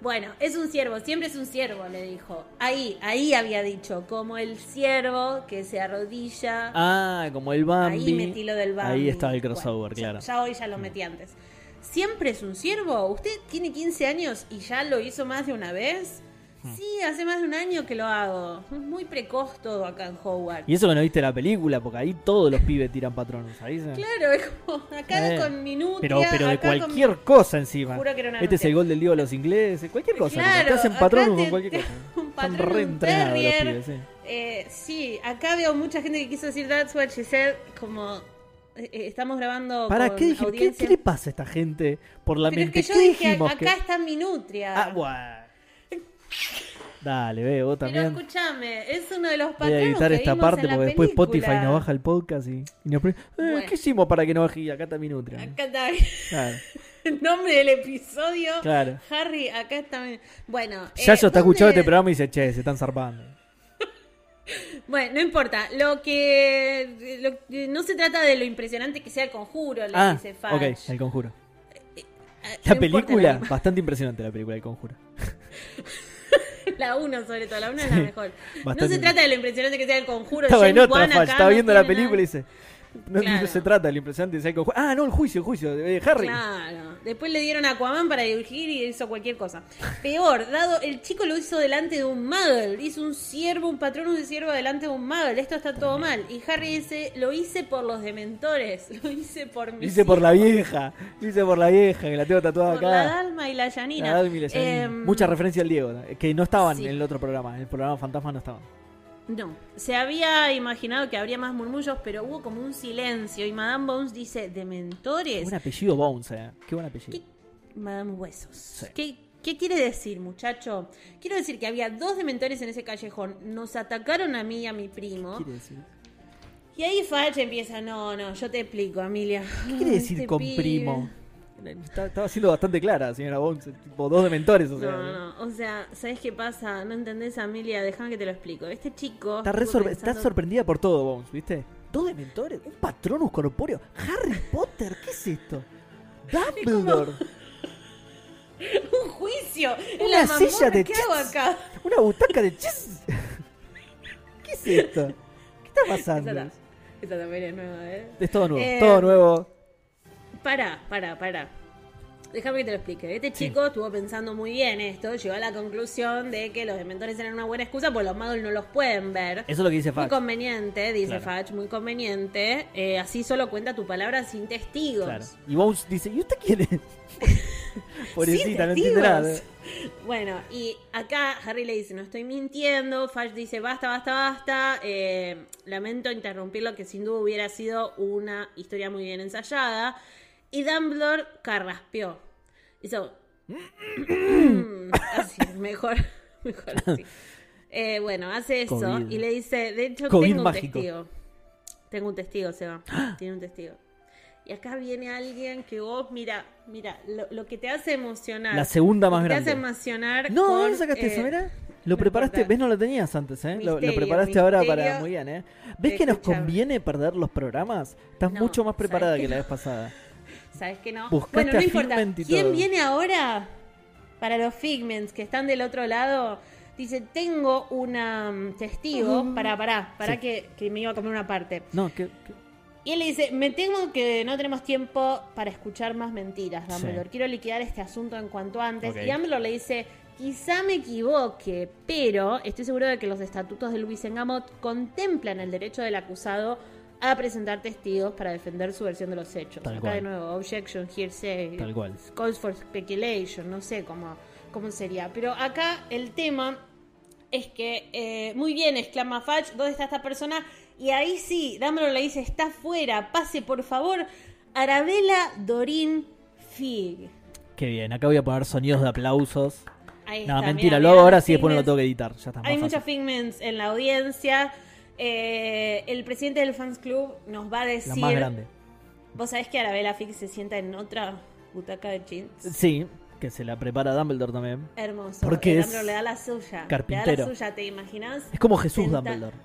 [SPEAKER 1] bueno, es un ciervo, siempre es un ciervo, le dijo. Ahí, ahí había dicho, como el ciervo que se arrodilla.
[SPEAKER 2] Ah, como el Bambi.
[SPEAKER 1] ahí metí lo del Bambi.
[SPEAKER 2] Ahí estaba el
[SPEAKER 1] Bueno,
[SPEAKER 2] crossover,
[SPEAKER 1] ya-
[SPEAKER 2] claro.
[SPEAKER 1] Ya, hoy ya lo metí antes. ¿Siempre es un ciervo? ¿Usted tiene 15 años y ya lo hizo más de una vez?
[SPEAKER 2] Hmm.
[SPEAKER 1] Sí, hace más de un año que lo hago. Muy precoz todo acá en Howard.
[SPEAKER 2] Y eso que no viste la película, porque ahí todos los pibes tiran patronos. Ahí se-
[SPEAKER 1] Claro, es como acá
[SPEAKER 2] Eh,
[SPEAKER 1] con minutos.
[SPEAKER 2] Pero, pero de cualquier cosa encima.
[SPEAKER 1] Juro que era una
[SPEAKER 2] este es
[SPEAKER 1] anoté.
[SPEAKER 2] el gol del dios de los ingleses. Cualquier cosa.
[SPEAKER 1] Claro,
[SPEAKER 2] te hacen
[SPEAKER 1] acá
[SPEAKER 2] patronos
[SPEAKER 1] te-
[SPEAKER 2] con cualquier
[SPEAKER 1] te-
[SPEAKER 2] cosa.
[SPEAKER 1] un
[SPEAKER 2] Están
[SPEAKER 1] patrón, un
[SPEAKER 2] reentrenados los
[SPEAKER 1] terrier.
[SPEAKER 2] pibes, sí.
[SPEAKER 1] Eh, sí, acá veo mucha gente que quiso decir That's what she said, como eh, eh, estamos grabando
[SPEAKER 2] ¿Para
[SPEAKER 1] con
[SPEAKER 2] qué dijimos? ¿Qué,
[SPEAKER 1] audiencia.
[SPEAKER 2] qué le pasa a esta gente por la
[SPEAKER 1] Pero es
[SPEAKER 2] mente?
[SPEAKER 1] que yo
[SPEAKER 2] ¿Qué
[SPEAKER 1] dije,
[SPEAKER 2] dijimos?
[SPEAKER 1] acá
[SPEAKER 2] que-
[SPEAKER 1] está mi nutria.
[SPEAKER 2] Ah, guau. Dale, ve, vos
[SPEAKER 1] Pero
[SPEAKER 2] también.
[SPEAKER 1] escúchame, es uno de los
[SPEAKER 2] Voy a
[SPEAKER 1] patronos
[SPEAKER 2] editar
[SPEAKER 1] que
[SPEAKER 2] esta
[SPEAKER 1] vimos
[SPEAKER 2] parte
[SPEAKER 1] en la
[SPEAKER 2] porque después
[SPEAKER 1] película.
[SPEAKER 2] Spotify nos baja el podcast y, y nos pre- eh,
[SPEAKER 1] Bueno.
[SPEAKER 2] ¿Qué hicimos para que no baje? Y acá está mi nutria.
[SPEAKER 1] Acá está
[SPEAKER 2] Claro,
[SPEAKER 1] el nombre del episodio.
[SPEAKER 2] claro.
[SPEAKER 1] Harry, acá está mi... Bueno. eh,
[SPEAKER 2] Yayo está
[SPEAKER 1] ¿dónde-
[SPEAKER 2] escuchando este programa y dice, che, se están zarpando.
[SPEAKER 1] Bueno, no importa. Lo que... lo que- no se trata de lo impresionante que sea el conjuro, le
[SPEAKER 2] Ah,
[SPEAKER 1] dice Fudge.
[SPEAKER 2] ok, el conjuro.
[SPEAKER 1] Ah,
[SPEAKER 2] La
[SPEAKER 1] no importa,
[SPEAKER 2] película,
[SPEAKER 1] no-
[SPEAKER 2] bastante impresionante la película del conjuro.
[SPEAKER 1] La 1 sobre todo, la 1 es la mejor. No
[SPEAKER 2] bastante.
[SPEAKER 1] se trata de lo impresionante que sea el conjuro.
[SPEAKER 2] Estaba en
[SPEAKER 1] James
[SPEAKER 2] otra,
[SPEAKER 1] Wan
[SPEAKER 2] Fudge,
[SPEAKER 1] acá
[SPEAKER 2] estaba
[SPEAKER 1] no
[SPEAKER 2] viendo la
[SPEAKER 1] tiene nada-
[SPEAKER 2] película y dice, no, no
[SPEAKER 1] Claro.
[SPEAKER 2] se trata de lo impresionante, es el conjuro. Ah, no, el juicio, el juicio, de Harry.
[SPEAKER 1] Claro. Después le dieron a Aquaman para dirigir y hizo cualquier cosa. Peor, dado el chico lo hizo delante de un muggle. Hizo un siervo, un patrón de siervo delante de un muggle. Esto está todo mal. Y Harry dice, lo hice por los dementores. Lo hice por
[SPEAKER 2] Lo
[SPEAKER 1] mis
[SPEAKER 2] hice por la
[SPEAKER 1] hijos,
[SPEAKER 2] vieja, lo hice por la vieja, que la tengo tatuada
[SPEAKER 1] por
[SPEAKER 2] acá.
[SPEAKER 1] la Dalma y la Em, Yanina.
[SPEAKER 2] La Dalma y la Yanina. Mucha referencia al Diego, ¿no? que no estaban
[SPEAKER 1] sí.
[SPEAKER 2] en el otro programa, en el programa Fantasma no estaban.
[SPEAKER 1] No, se había imaginado que habría más murmullos, pero hubo como un silencio. Y Madame Bones dice, dementores.
[SPEAKER 2] Un apellido Bones, ¿eh? Qué buen apellido.
[SPEAKER 1] ¿Qué? Madame Huesos. ¿Qué, qué quiere decir, muchacho? Quiero decir que había dos dementores en ese callejón. Nos atacaron a mí y a mi primo.
[SPEAKER 2] quiere decir?
[SPEAKER 1] Y ahí Fach empieza, no, no, yo te explico, Amelia.
[SPEAKER 2] ¿Qué quiere
[SPEAKER 1] este
[SPEAKER 2] decir con primo? Está- estaba siendo bastante clara, señora Bones. eh, Tipo, dos dementores, o sea.
[SPEAKER 1] No, no, o sea, ¿sabes qué pasa? No entendés, Amelia, déjame que te lo explico. Este chico...
[SPEAKER 2] Está, re
[SPEAKER 1] estuvo
[SPEAKER 2] sorpre- está
[SPEAKER 1] pensando-
[SPEAKER 2] sorprendida por todo, Bones, ¿viste? ¿Dos dementores? ¿Un patronus corpóreo? ¿Harry Potter? ¿Qué es esto? Dumbledore.
[SPEAKER 1] Un juicio. en
[SPEAKER 2] Una
[SPEAKER 1] la
[SPEAKER 2] silla
[SPEAKER 1] mazmorra,
[SPEAKER 2] de
[SPEAKER 1] ¿Qué hago
[SPEAKER 2] chess.
[SPEAKER 1] acá?
[SPEAKER 2] Una butaca de chis. ¿Qué es esto? ¿Qué está pasando?
[SPEAKER 1] Esa, ta- esa también es nueva, ¿eh?
[SPEAKER 2] Es todo nuevo,
[SPEAKER 1] Eh,
[SPEAKER 2] todo nuevo.
[SPEAKER 1] Pará, pará, pará. Déjame que te lo explique. Este chico estuvo pensando muy bien esto, llegó a la conclusión de que los dementores eran una buena excusa porque los magos no los pueden ver.
[SPEAKER 2] Eso es lo que dice
[SPEAKER 1] muy
[SPEAKER 2] Fax.
[SPEAKER 1] conveniente, dice
[SPEAKER 2] Claro.
[SPEAKER 1] Fach, muy conveniente. Eh, así solo cuenta tu palabra sin testigos.
[SPEAKER 2] Claro. Y Bones dice, ¿y usted quién es?
[SPEAKER 1] Sin
[SPEAKER 2] Pobrecita, no entiende
[SPEAKER 1] testigos.
[SPEAKER 2] nada.
[SPEAKER 1] Bueno, y acá Harry le dice, no estoy mintiendo. Fash dice, basta, basta, basta. Eh, lamento interrumpir lo que sin duda hubiera sido una historia muy bien ensayada. Y Dumbledore carraspeó. Hizo... así, mejor, mejor así. Eh, bueno, hace eso
[SPEAKER 2] COVID.
[SPEAKER 1] y le dice, de hecho,
[SPEAKER 2] COVID
[SPEAKER 1] tengo un
[SPEAKER 2] mágico.
[SPEAKER 1] testigo. Tengo un testigo, Seba. Tiene un testigo. Y acá viene alguien que vos, mira, mira, lo, lo que te hace emocionar.
[SPEAKER 2] La segunda más
[SPEAKER 1] Lo que Te hace
[SPEAKER 2] grande.
[SPEAKER 1] emocionar.
[SPEAKER 2] No,
[SPEAKER 1] con,
[SPEAKER 2] ¿dónde sacaste
[SPEAKER 1] eh,
[SPEAKER 2] eso? Mirá.
[SPEAKER 1] no
[SPEAKER 2] Lo preparaste,
[SPEAKER 1] importa.
[SPEAKER 2] ves, no lo tenías antes, ¿eh? Lo- lo,
[SPEAKER 1] Misterio,
[SPEAKER 2] preparaste ahora para.
[SPEAKER 1] misterio.
[SPEAKER 2] Muy bien, ¿eh? ¿Ves que nos
[SPEAKER 1] Escuchame.
[SPEAKER 2] conviene perder los programas? Estás
[SPEAKER 1] No,
[SPEAKER 2] mucho más
[SPEAKER 1] ¿sabes
[SPEAKER 2] preparada
[SPEAKER 1] qué?
[SPEAKER 2] que la vez pasada.
[SPEAKER 1] ¿Sabes que no?
[SPEAKER 2] Buscaste
[SPEAKER 1] bueno, no
[SPEAKER 2] a
[SPEAKER 1] importa.
[SPEAKER 2] Figment y
[SPEAKER 1] ¿Quién
[SPEAKER 2] todo.
[SPEAKER 1] viene ahora? Para los Figments que están del otro lado. Dice, tengo una mm, testigo. Para, para, para
[SPEAKER 2] Sí.
[SPEAKER 1] que, que me iba a comer una parte.
[SPEAKER 2] No, que. que-
[SPEAKER 1] Y él le dice, me temo que no tenemos tiempo para escuchar más mentiras, Dumbledore.
[SPEAKER 2] Sí.
[SPEAKER 1] Quiero liquidar este asunto en cuanto antes.
[SPEAKER 2] Ok.
[SPEAKER 1] Y Dumbledore le dice, quizá me equivoque, pero estoy seguro de que los estatutos de Luis Engamot contemplan el derecho del acusado a presentar testigos para defender su versión de los hechos.
[SPEAKER 2] Tal
[SPEAKER 1] Acá
[SPEAKER 2] cual.
[SPEAKER 1] de nuevo, objection, hearsay,
[SPEAKER 2] Tal cual.
[SPEAKER 1] calls for speculation, no sé cómo, cómo sería. Pero acá el tema es que, eh, muy bien, exclama Fudge, ¿dónde está esta persona? Y ahí sí, Dumbledore le dice, está fuera, pase por favor, Arabella Dorin Fig.
[SPEAKER 2] Qué bien, acá voy a poner sonidos de aplausos.
[SPEAKER 1] Ahí
[SPEAKER 2] No,
[SPEAKER 1] está, mirá,
[SPEAKER 2] mentira, lo
[SPEAKER 1] mirá,
[SPEAKER 2] hago ahora
[SPEAKER 1] los
[SPEAKER 2] sí, después no lo
[SPEAKER 1] Figments.
[SPEAKER 2] tengo que editar. Ya está. más
[SPEAKER 1] Hay
[SPEAKER 2] fácil.
[SPEAKER 1] muchos figments en la audiencia. Eh, el presidente del fans club nos va a
[SPEAKER 2] La
[SPEAKER 1] decir...
[SPEAKER 2] más grande.
[SPEAKER 1] ¿Vos sabés que Arabella Fig se sienta en otra butaca de chins?
[SPEAKER 2] Sí, que se la prepara Dumbledore también.
[SPEAKER 1] Hermoso.
[SPEAKER 2] Porque
[SPEAKER 1] el
[SPEAKER 2] es
[SPEAKER 1] Dumbledore le da la suya. Le da
[SPEAKER 2] carpintero.
[SPEAKER 1] la suya, ¿te imaginas?
[SPEAKER 2] Es como Jesús
[SPEAKER 1] Senta-
[SPEAKER 2] Dumbledore.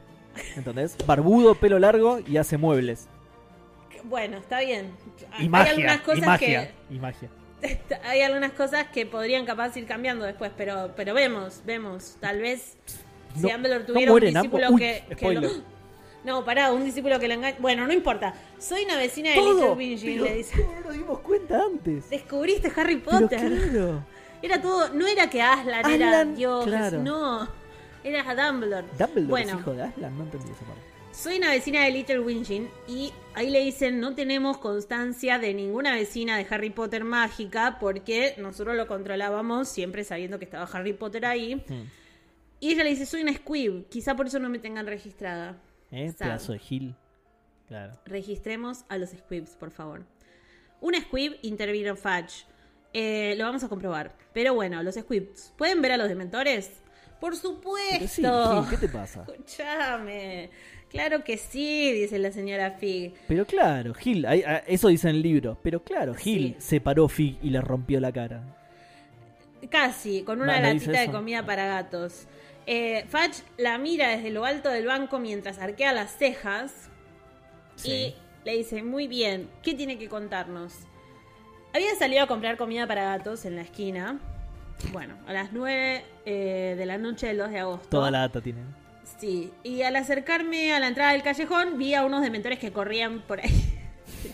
[SPEAKER 2] ¿Entendés? Barbudo, pelo largo y hace muebles.
[SPEAKER 1] Bueno, está bien.
[SPEAKER 2] Y magia.
[SPEAKER 1] Hay algunas cosas
[SPEAKER 2] y magia.
[SPEAKER 1] que...
[SPEAKER 2] Y magia.
[SPEAKER 1] Hay algunas cosas que podrían capaz ir cambiando después, pero, pero vemos, vemos. Tal vez si
[SPEAKER 2] No-
[SPEAKER 1] Dumbledore
[SPEAKER 2] no
[SPEAKER 1] tuviera un
[SPEAKER 2] mueren ambos.
[SPEAKER 1] discípulo
[SPEAKER 2] Uy,
[SPEAKER 1] que, que
[SPEAKER 2] spoiler.
[SPEAKER 1] lo- No, pará, un discípulo que le engaña. Bueno, no importa. Soy una vecina de
[SPEAKER 2] Todo.
[SPEAKER 1] Eh, Little Vinci,
[SPEAKER 2] pero
[SPEAKER 1] le dice.
[SPEAKER 2] ¿cómo no nos dimos cuenta antes.
[SPEAKER 1] Descubriste Harry
[SPEAKER 2] Pero
[SPEAKER 1] Potter.
[SPEAKER 2] claro.
[SPEAKER 1] Era todo, no era que Aslan, era
[SPEAKER 2] Aslan,
[SPEAKER 1] Dios,
[SPEAKER 2] claro.
[SPEAKER 1] no. Era Dumbledore.
[SPEAKER 2] Dumbledore
[SPEAKER 1] bueno,
[SPEAKER 2] es hijo de Aslan, no entendí esa parte.
[SPEAKER 1] Soy una vecina de Little Wingin y ahí le dicen no tenemos constancia de ninguna vecina de Harry Potter mágica porque nosotros lo controlábamos siempre sabiendo que estaba Harry Potter ahí. Y ella le dice, soy una squib, quizá por eso no me tengan registrada.
[SPEAKER 2] ¿Eh?
[SPEAKER 1] Sad.
[SPEAKER 2] Pedazo de Gil. Claro.
[SPEAKER 1] Registremos a los squibs, por favor. Un squib intervino Fudge. Eh, lo vamos a comprobar. Pero bueno, los squibs, ¿pueden ver a los dementores? Por
[SPEAKER 2] Pero
[SPEAKER 1] supuesto.
[SPEAKER 2] sí, Gil, ¿qué te pasa?
[SPEAKER 1] Escúchame. Claro que sí, dice la señora Fig.
[SPEAKER 2] Pero claro, Gil, ahí- ah, eso dice en el libro. Pero claro, Gil
[SPEAKER 1] Sí.
[SPEAKER 2] separó Fig y le rompió la cara.
[SPEAKER 1] Casi, con una
[SPEAKER 2] Va, ¿no dice
[SPEAKER 1] latita de
[SPEAKER 2] eso?
[SPEAKER 1] comida para gatos. Eh, Fudge la mira desde lo alto del banco mientras arquea las cejas
[SPEAKER 2] Sí.
[SPEAKER 1] y le dice, muy bien, ¿qué tiene que contarnos? Había salido a comprar comida para gatos en la esquina. Bueno, a las 9 eh, de la noche del 2 de agosto.
[SPEAKER 2] Toda la data tiene.
[SPEAKER 1] Sí, y al acercarme a la entrada del callejón vi a unos dementores que corrían por ahí.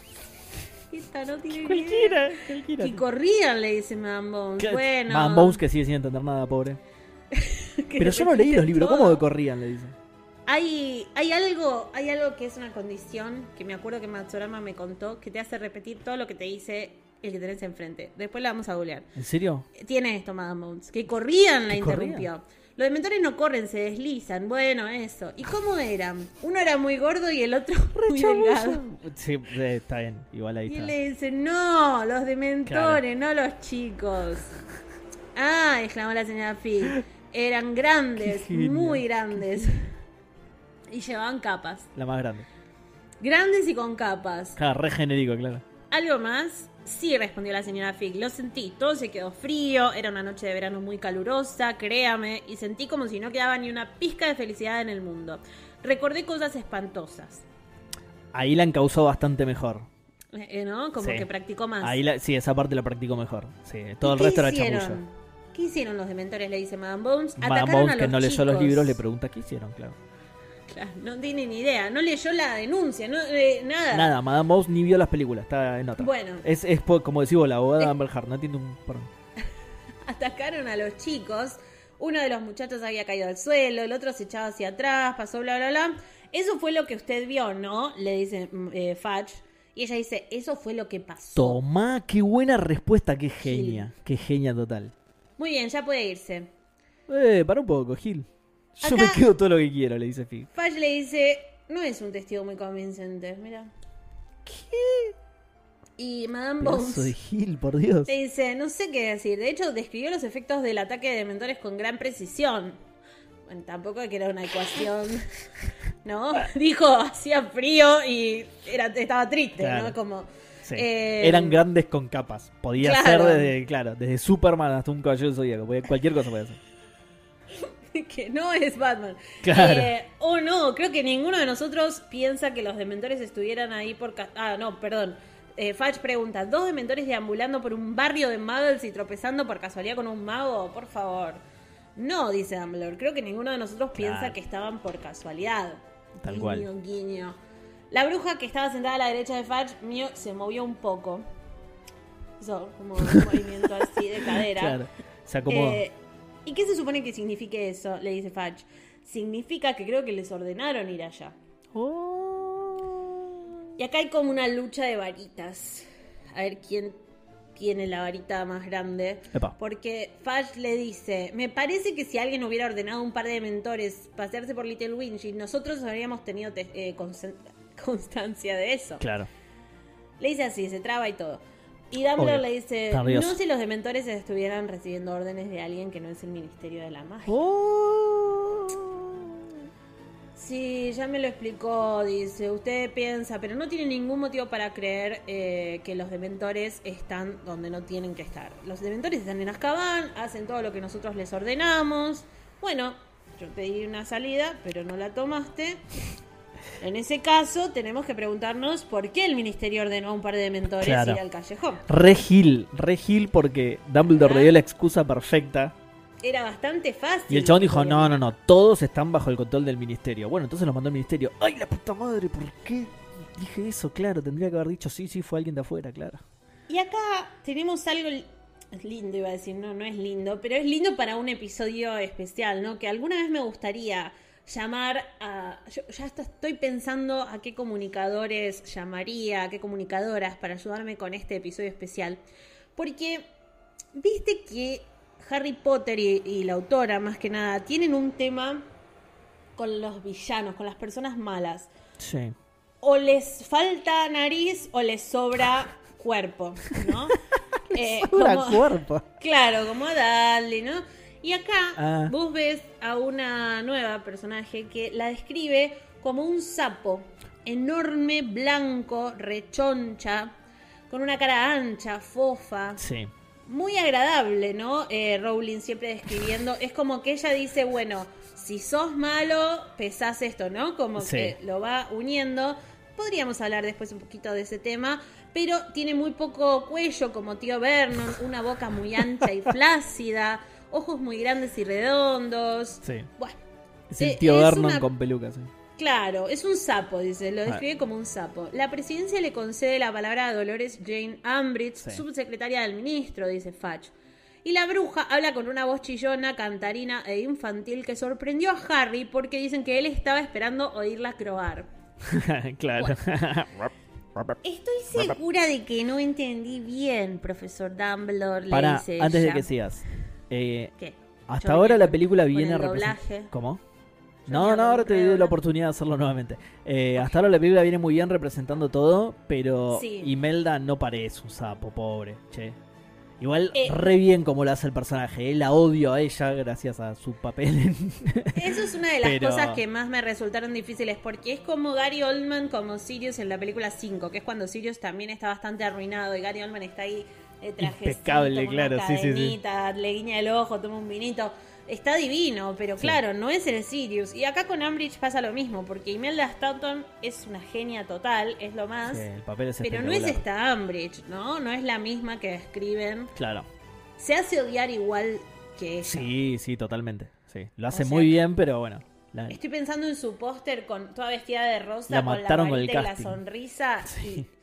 [SPEAKER 1] Esta no tiene idea.
[SPEAKER 2] Cualquiera, cualquiera.
[SPEAKER 1] Que corrían, le dice Mambo.
[SPEAKER 2] Que-
[SPEAKER 1] Bueno.
[SPEAKER 2] Man Bones que sigue sin entender nada, pobre. Pero yo no leí los libros, ¿cómo que corrían? Le dice.
[SPEAKER 1] Hay, hay algo, hay algo que es una condición que me acuerdo que Matsurama me contó que te hace repetir todo lo que te dice el que tenés enfrente. Después la vamos a googlear.
[SPEAKER 2] ¿En serio?
[SPEAKER 1] Tiene esto, Madame Bones. Que corrían, la
[SPEAKER 2] Que corrían.
[SPEAKER 1] interrumpió. Los dementores no corren, se deslizan. Bueno, eso. ¿Y cómo eran? Uno era muy gordo y el otro muy delgado.
[SPEAKER 2] Sí, eh, está bien, igual ahí
[SPEAKER 1] Y
[SPEAKER 2] está.
[SPEAKER 1] él le dice, no, los dementores, no los chicos. Ah, exclamó la señora Fig. Eran grandes,
[SPEAKER 2] Qué genio,
[SPEAKER 1] muy
[SPEAKER 2] qué
[SPEAKER 1] grandes. Y llevaban capas.
[SPEAKER 2] La más grande.
[SPEAKER 1] Grandes y con capas.
[SPEAKER 2] Claro, re genérico, claro.
[SPEAKER 1] ¿Algo más? Sí, respondió la señora Fig. Lo sentí. Todo se quedó frío. Era una noche de verano muy calurosa, créame. Y sentí como si no quedaba ni una pizca de felicidad en el mundo. Recordé cosas espantosas.
[SPEAKER 2] Ahí la encauzó bastante mejor.
[SPEAKER 1] Eh, eh, ¿No? Como
[SPEAKER 2] Sí.
[SPEAKER 1] que practicó más.
[SPEAKER 2] Ahí la, sí, esa parte la practicó mejor. Sí, todo el
[SPEAKER 1] ¿Y
[SPEAKER 2] resto
[SPEAKER 1] qué
[SPEAKER 2] era
[SPEAKER 1] hicieron?
[SPEAKER 2] chamullo.
[SPEAKER 1] ¿Qué hicieron los dementores? Le dice Madame Bones.
[SPEAKER 2] Madame
[SPEAKER 1] Atacaron
[SPEAKER 2] Bones,
[SPEAKER 1] a
[SPEAKER 2] que no leyó los
[SPEAKER 1] chicos.
[SPEAKER 2] libros, le pregunta qué hicieron, claro.
[SPEAKER 1] Claro, no tiene ni idea. No leyó la denuncia, no, eh, nada.
[SPEAKER 2] Nada, Madame Mouse ni vio las películas, está en otra.
[SPEAKER 1] Bueno.
[SPEAKER 2] Es, es po- como decís vos, la abogada
[SPEAKER 1] Es-
[SPEAKER 2] de Amber Heard, no entiendo un porón.
[SPEAKER 1] Atacaron a los chicos. Uno de los muchachos había caído al suelo, el otro se echaba hacia atrás, pasó bla, bla, bla. Eso fue lo que usted vio, ¿no? Le dice mm, eh, Fudge. Y ella dice, eso fue lo que pasó.
[SPEAKER 2] Tomá, qué buena respuesta, qué genia. Qué genia total.
[SPEAKER 1] Muy bien, ya puede irse.
[SPEAKER 2] Eh, para un poco, Gil. Yo
[SPEAKER 1] Acá-
[SPEAKER 2] me quedo todo lo que quiero, le dice Fig.
[SPEAKER 1] Fudge le dice, no es un testigo muy convincente, mira. ¿Qué? Y Madame Bones...
[SPEAKER 2] Pedazo de Gil, por Dios.
[SPEAKER 1] Te dice, no sé qué decir. De hecho, describió los efectos del ataque de dementores con gran precisión. Bueno, tampoco que era una ecuación, ¿no? Dijo, hacía frío y era, estaba triste,
[SPEAKER 2] Claro.
[SPEAKER 1] ¿no? Como...
[SPEAKER 2] Sí.
[SPEAKER 1] eh,
[SPEAKER 2] Eran grandes con capas. Podía
[SPEAKER 1] claro.
[SPEAKER 2] ser desde, claro, desde Superman hasta un caballero del zodíaco. podía- Cualquier cosa podía ser.
[SPEAKER 1] que no es Batman.
[SPEAKER 2] Claro.
[SPEAKER 1] Eh, oh no, creo que ninguno de nosotros piensa que los dementores estuvieran ahí por... ca- Ah, no, perdón. Eh, Fudge pregunta, ¿dos dementores deambulando por un barrio de muggles y tropezando por casualidad con un mago? Por favor. No, dice Dumbledore, creo que ninguno de nosotros piensa
[SPEAKER 2] Claro.
[SPEAKER 1] que estaban por casualidad.
[SPEAKER 2] Tal
[SPEAKER 1] Guiño,
[SPEAKER 2] cual.
[SPEAKER 1] guiño. La bruja que estaba sentada a la derecha de Fudge mío, se movió un poco. Hizo como un movimiento así de cadera.
[SPEAKER 2] Claro. Se acomodó.
[SPEAKER 1] Eh, ¿Y qué se supone que signifique eso? Le dice Fudge. Significa que creo que les ordenaron ir allá.
[SPEAKER 2] Oh.
[SPEAKER 1] Y acá hay como una lucha de varitas. A ver quién tiene la varita más grande.
[SPEAKER 2] Epa.
[SPEAKER 1] Porque Fudge le dice, me parece que si alguien hubiera ordenado a un par de mentores pasearse por Little Winch y nosotros habríamos tenido te- eh, consen- constancia de eso.
[SPEAKER 2] Claro.
[SPEAKER 1] Le dice así, se traba y todo. Y Dumbledore
[SPEAKER 2] Obvio.
[SPEAKER 1] le dice,
[SPEAKER 2] Está nervioso.
[SPEAKER 1] no si los dementores estuvieran recibiendo órdenes de alguien que no es el Ministerio de la Magia.
[SPEAKER 2] Oh.
[SPEAKER 1] Sí, ya me lo explicó, dice, usted piensa, pero no tiene ningún motivo para creer eh, que los dementores están donde no tienen que estar. Los dementores están en Azkaban, hacen todo lo que nosotros les ordenamos. Bueno, yo te di una salida, pero no la tomaste. En ese caso, tenemos que preguntarnos por qué el ministerio ordenó a un par de dementores
[SPEAKER 2] Claro.
[SPEAKER 1] ir al callejón.
[SPEAKER 2] Re Gil, re Gil porque Dumbledore le dio la excusa perfecta.
[SPEAKER 1] Era bastante fácil.
[SPEAKER 2] Y el chabón dijo, no, no, no, todos están bajo el control del ministerio. Bueno, entonces los mandó al ministerio. Ay, la puta madre, ¿por qué dije eso? Claro, tendría que haber dicho, sí, sí, fue alguien de afuera, claro.
[SPEAKER 1] Y acá tenemos algo li- lindo, iba a decir, no, no es lindo, pero es lindo para un episodio especial, ¿no? Que alguna vez me gustaría llamar a... Yo ya hasta estoy pensando a qué comunicadores llamaría, a qué comunicadoras para ayudarme con este episodio especial. Porque, viste que Harry Potter y, y la autora, más que nada, tienen un tema con los villanos, con las personas malas.
[SPEAKER 2] Sí.
[SPEAKER 1] O les falta nariz o les sobra cuerpo, ¿no? Eh,
[SPEAKER 2] Sobra
[SPEAKER 1] como-
[SPEAKER 2] cuerpo.
[SPEAKER 1] Claro, como a Dudley, ¿no? Y acá
[SPEAKER 2] Ah.
[SPEAKER 1] vos ves a una nueva personaje que la describe como un sapo enorme, blanco, rechoncha, con una cara ancha, fofa.
[SPEAKER 2] Sí.
[SPEAKER 1] Muy agradable, ¿no? Eh, Rowling siempre describiendo. Es como que ella dice, bueno, si sos malo, pesás esto, ¿no? Como
[SPEAKER 2] Sí.
[SPEAKER 1] que lo va uniendo. Podríamos hablar después un poquito de ese tema, pero tiene muy poco cuello como tío Vernon, una boca muy ancha y flácida, ojos muy grandes y redondos.
[SPEAKER 2] Sí.
[SPEAKER 1] Bueno,
[SPEAKER 2] Es el
[SPEAKER 1] Eh,
[SPEAKER 2] tío
[SPEAKER 1] es
[SPEAKER 2] Vernon
[SPEAKER 1] una-
[SPEAKER 2] con pelucas. sí.
[SPEAKER 1] Claro, es un sapo, dice, lo
[SPEAKER 2] Ah.
[SPEAKER 1] describe como un sapo. La presidencia le concede la palabra a Dolores Jane Ambridge,
[SPEAKER 2] Sí.
[SPEAKER 1] subsecretaria del ministro, dice Fudge. Y la bruja habla con una voz chillona, cantarina e infantil que sorprendió a Harry porque dicen que él estaba esperando oírla croar.
[SPEAKER 2] claro.
[SPEAKER 1] Estoy segura de que no entendí bien, profesor Dumbledore, le
[SPEAKER 2] Para,
[SPEAKER 1] dice
[SPEAKER 2] antes de
[SPEAKER 1] ella.
[SPEAKER 2] que sigas. Eh,
[SPEAKER 1] ¿Qué?
[SPEAKER 2] hasta
[SPEAKER 1] Yo
[SPEAKER 2] ahora
[SPEAKER 1] venía
[SPEAKER 2] la película
[SPEAKER 1] con
[SPEAKER 2] viene
[SPEAKER 1] el
[SPEAKER 2] represent-
[SPEAKER 1] doblaje.
[SPEAKER 2] ¿Cómo?
[SPEAKER 1] Yo
[SPEAKER 2] No,
[SPEAKER 1] venía
[SPEAKER 2] no,
[SPEAKER 1] con
[SPEAKER 2] ahora
[SPEAKER 1] un
[SPEAKER 2] te doy la
[SPEAKER 1] redoblante.
[SPEAKER 2] oportunidad de hacerlo nuevamente. Eh, Hasta ahora la película viene muy bien representando todo, pero
[SPEAKER 1] Sí.
[SPEAKER 2] Imelda no parece un sapo, pobre, che. Igual
[SPEAKER 1] Eh.
[SPEAKER 2] re bien como lo hace el personaje, eh, la odio a ella gracias a su papel en
[SPEAKER 1] Eso es una de las
[SPEAKER 2] Pero-
[SPEAKER 1] cosas que más me resultaron difíciles, porque es como Gary Oldman como Sirius en la película 5, que es cuando Sirius también está bastante arruinado y Gary Oldman está ahí de trajecito,
[SPEAKER 2] Impecable,
[SPEAKER 1] con
[SPEAKER 2] claro,
[SPEAKER 1] una
[SPEAKER 2] sí, sí, sí.
[SPEAKER 1] cadenita, le guiña el ojo, toma un vinito. Está divino, pero
[SPEAKER 2] Sí.
[SPEAKER 1] claro, no es el Sirius. Y acá con Ambridge pasa lo mismo, porque Imelda Staunton es una genia total, es lo más.
[SPEAKER 2] Sí, el papel es
[SPEAKER 1] Ah, Pero no es
[SPEAKER 2] espectacular.
[SPEAKER 1] esta Ambridge, ¿no? No es la misma que escriben.
[SPEAKER 2] Claro.
[SPEAKER 1] Se hace odiar igual que ella.
[SPEAKER 2] Sí, sí, totalmente. Sí. Lo hace
[SPEAKER 1] sea
[SPEAKER 2] muy
[SPEAKER 1] que-
[SPEAKER 2] bien, pero bueno. la-
[SPEAKER 1] Estoy pensando en su póster con toda vestida de rosa,
[SPEAKER 2] La
[SPEAKER 1] con la
[SPEAKER 2] mataron con el
[SPEAKER 1] varita y la
[SPEAKER 2] casting.
[SPEAKER 1] sonrisa.
[SPEAKER 2] Sí.
[SPEAKER 1] Y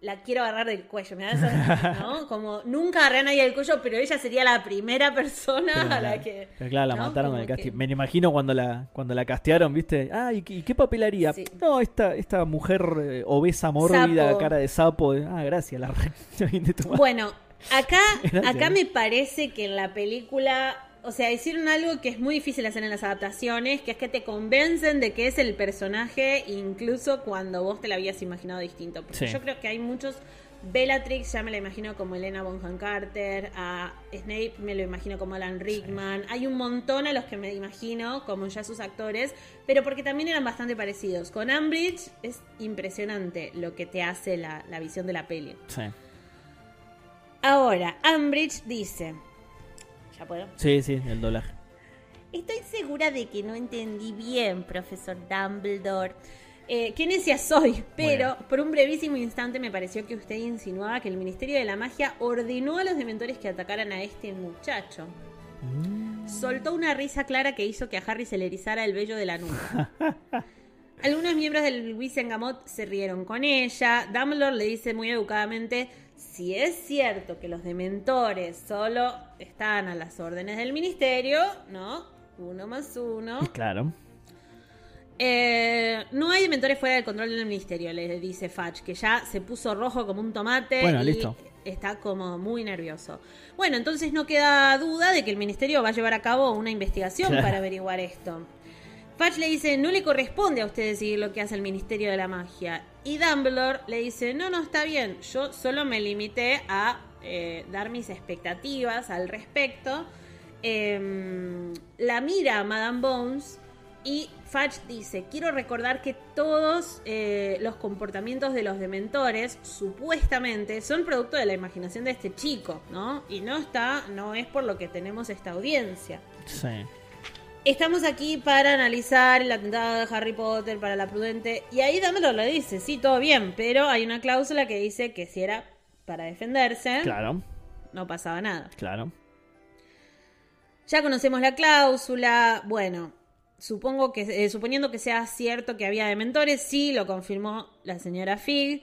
[SPEAKER 1] la quiero agarrar del cuello, me da esa- ¿no? Como nunca agarré a nadie del cuello, pero ella sería la primera persona
[SPEAKER 2] Pero
[SPEAKER 1] a la
[SPEAKER 2] la-
[SPEAKER 1] que.
[SPEAKER 2] pero claro, la
[SPEAKER 1] ¿no?
[SPEAKER 2] mataron
[SPEAKER 1] Como
[SPEAKER 2] en el casting.
[SPEAKER 1] que-
[SPEAKER 2] Me imagino cuando la, cuando la castearon, ¿viste? Ah, ¿y, qué- y qué papel haría?
[SPEAKER 1] Sí.
[SPEAKER 2] No, esta, esta mujer eh, obesa, mórbida,
[SPEAKER 1] Sapo.
[SPEAKER 2] cara de sapo. eh, Ah, gracias, la re... ya viene tu madre.
[SPEAKER 1] Bueno, acá,
[SPEAKER 2] Gracias.
[SPEAKER 1] acá me parece que en la película. O sea, hicieron algo que es muy difícil hacer en las adaptaciones, que es que te convencen de que es el personaje, incluso cuando vos te lo habías imaginado distinto. Porque
[SPEAKER 2] Sí.
[SPEAKER 1] yo creo que hay muchos. Bellatrix ya me la imagino como Elena Bonham Carter, a Snape me lo imagino como Alan Rickman. Hay un montón a los que me imagino como ya sus actores, pero porque también eran bastante parecidos. Con Umbridge es impresionante lo que te hace la, la visión de la peli.
[SPEAKER 2] Sí.
[SPEAKER 1] Ahora, Ambridge dice. ¿Ya puedo?
[SPEAKER 2] sí, sí, el doblaje.
[SPEAKER 1] Estoy segura de que no entendí bien, profesor Dumbledore. Eh, ¿Qué necia soy? Pero por un brevísimo instante me pareció que usted insinuaba que el Ministerio de la Magia ordenó a los dementores que atacaran a este muchacho.
[SPEAKER 2] Mm.
[SPEAKER 1] Soltó una risa clara que hizo que a Harry se le erizara el vello de la nuca. Algunos miembros del Gamot se rieron con ella. Dumbledore le dice muy educadamente: Si es cierto que los dementores solo están a las órdenes del ministerio, ¿no? Uno más uno.
[SPEAKER 2] Claro.
[SPEAKER 1] Eh, no hay dementores fuera del control del ministerio, le dice Fudge, que ya se puso rojo como un tomate.
[SPEAKER 2] Bueno,
[SPEAKER 1] y
[SPEAKER 2] listo.
[SPEAKER 1] Está como muy nervioso. Bueno, entonces no queda duda de que el ministerio va a llevar a cabo una investigación
[SPEAKER 2] Claro.
[SPEAKER 1] para averiguar esto. Fudge le dice, no le corresponde a usted decidir lo que hace el Ministerio de la Magia. Y Dumbledore le dice, no, no, está bien, yo solo me limité a eh, dar mis expectativas al respecto. Em, la mira a Madame Bones y Fudge dice, quiero recordar que todos eh, los comportamientos de los dementores supuestamente son producto de la imaginación de este chico, ¿no? Y no está, no es por lo que tenemos esta audiencia. ¿Eh?
[SPEAKER 2] Sí.
[SPEAKER 1] Estamos aquí para analizar el atentado de Harry Potter para la prudente. Y ahí Dumbledore lo dice, sí, todo bien, pero hay una cláusula que dice que si era para defenderse,
[SPEAKER 2] Claro,
[SPEAKER 1] no pasaba nada.
[SPEAKER 2] claro.
[SPEAKER 1] Ya conocemos la cláusula, bueno, supongo que, eh, suponiendo que sea cierto que había dementores, sí, lo confirmó la señora Fig.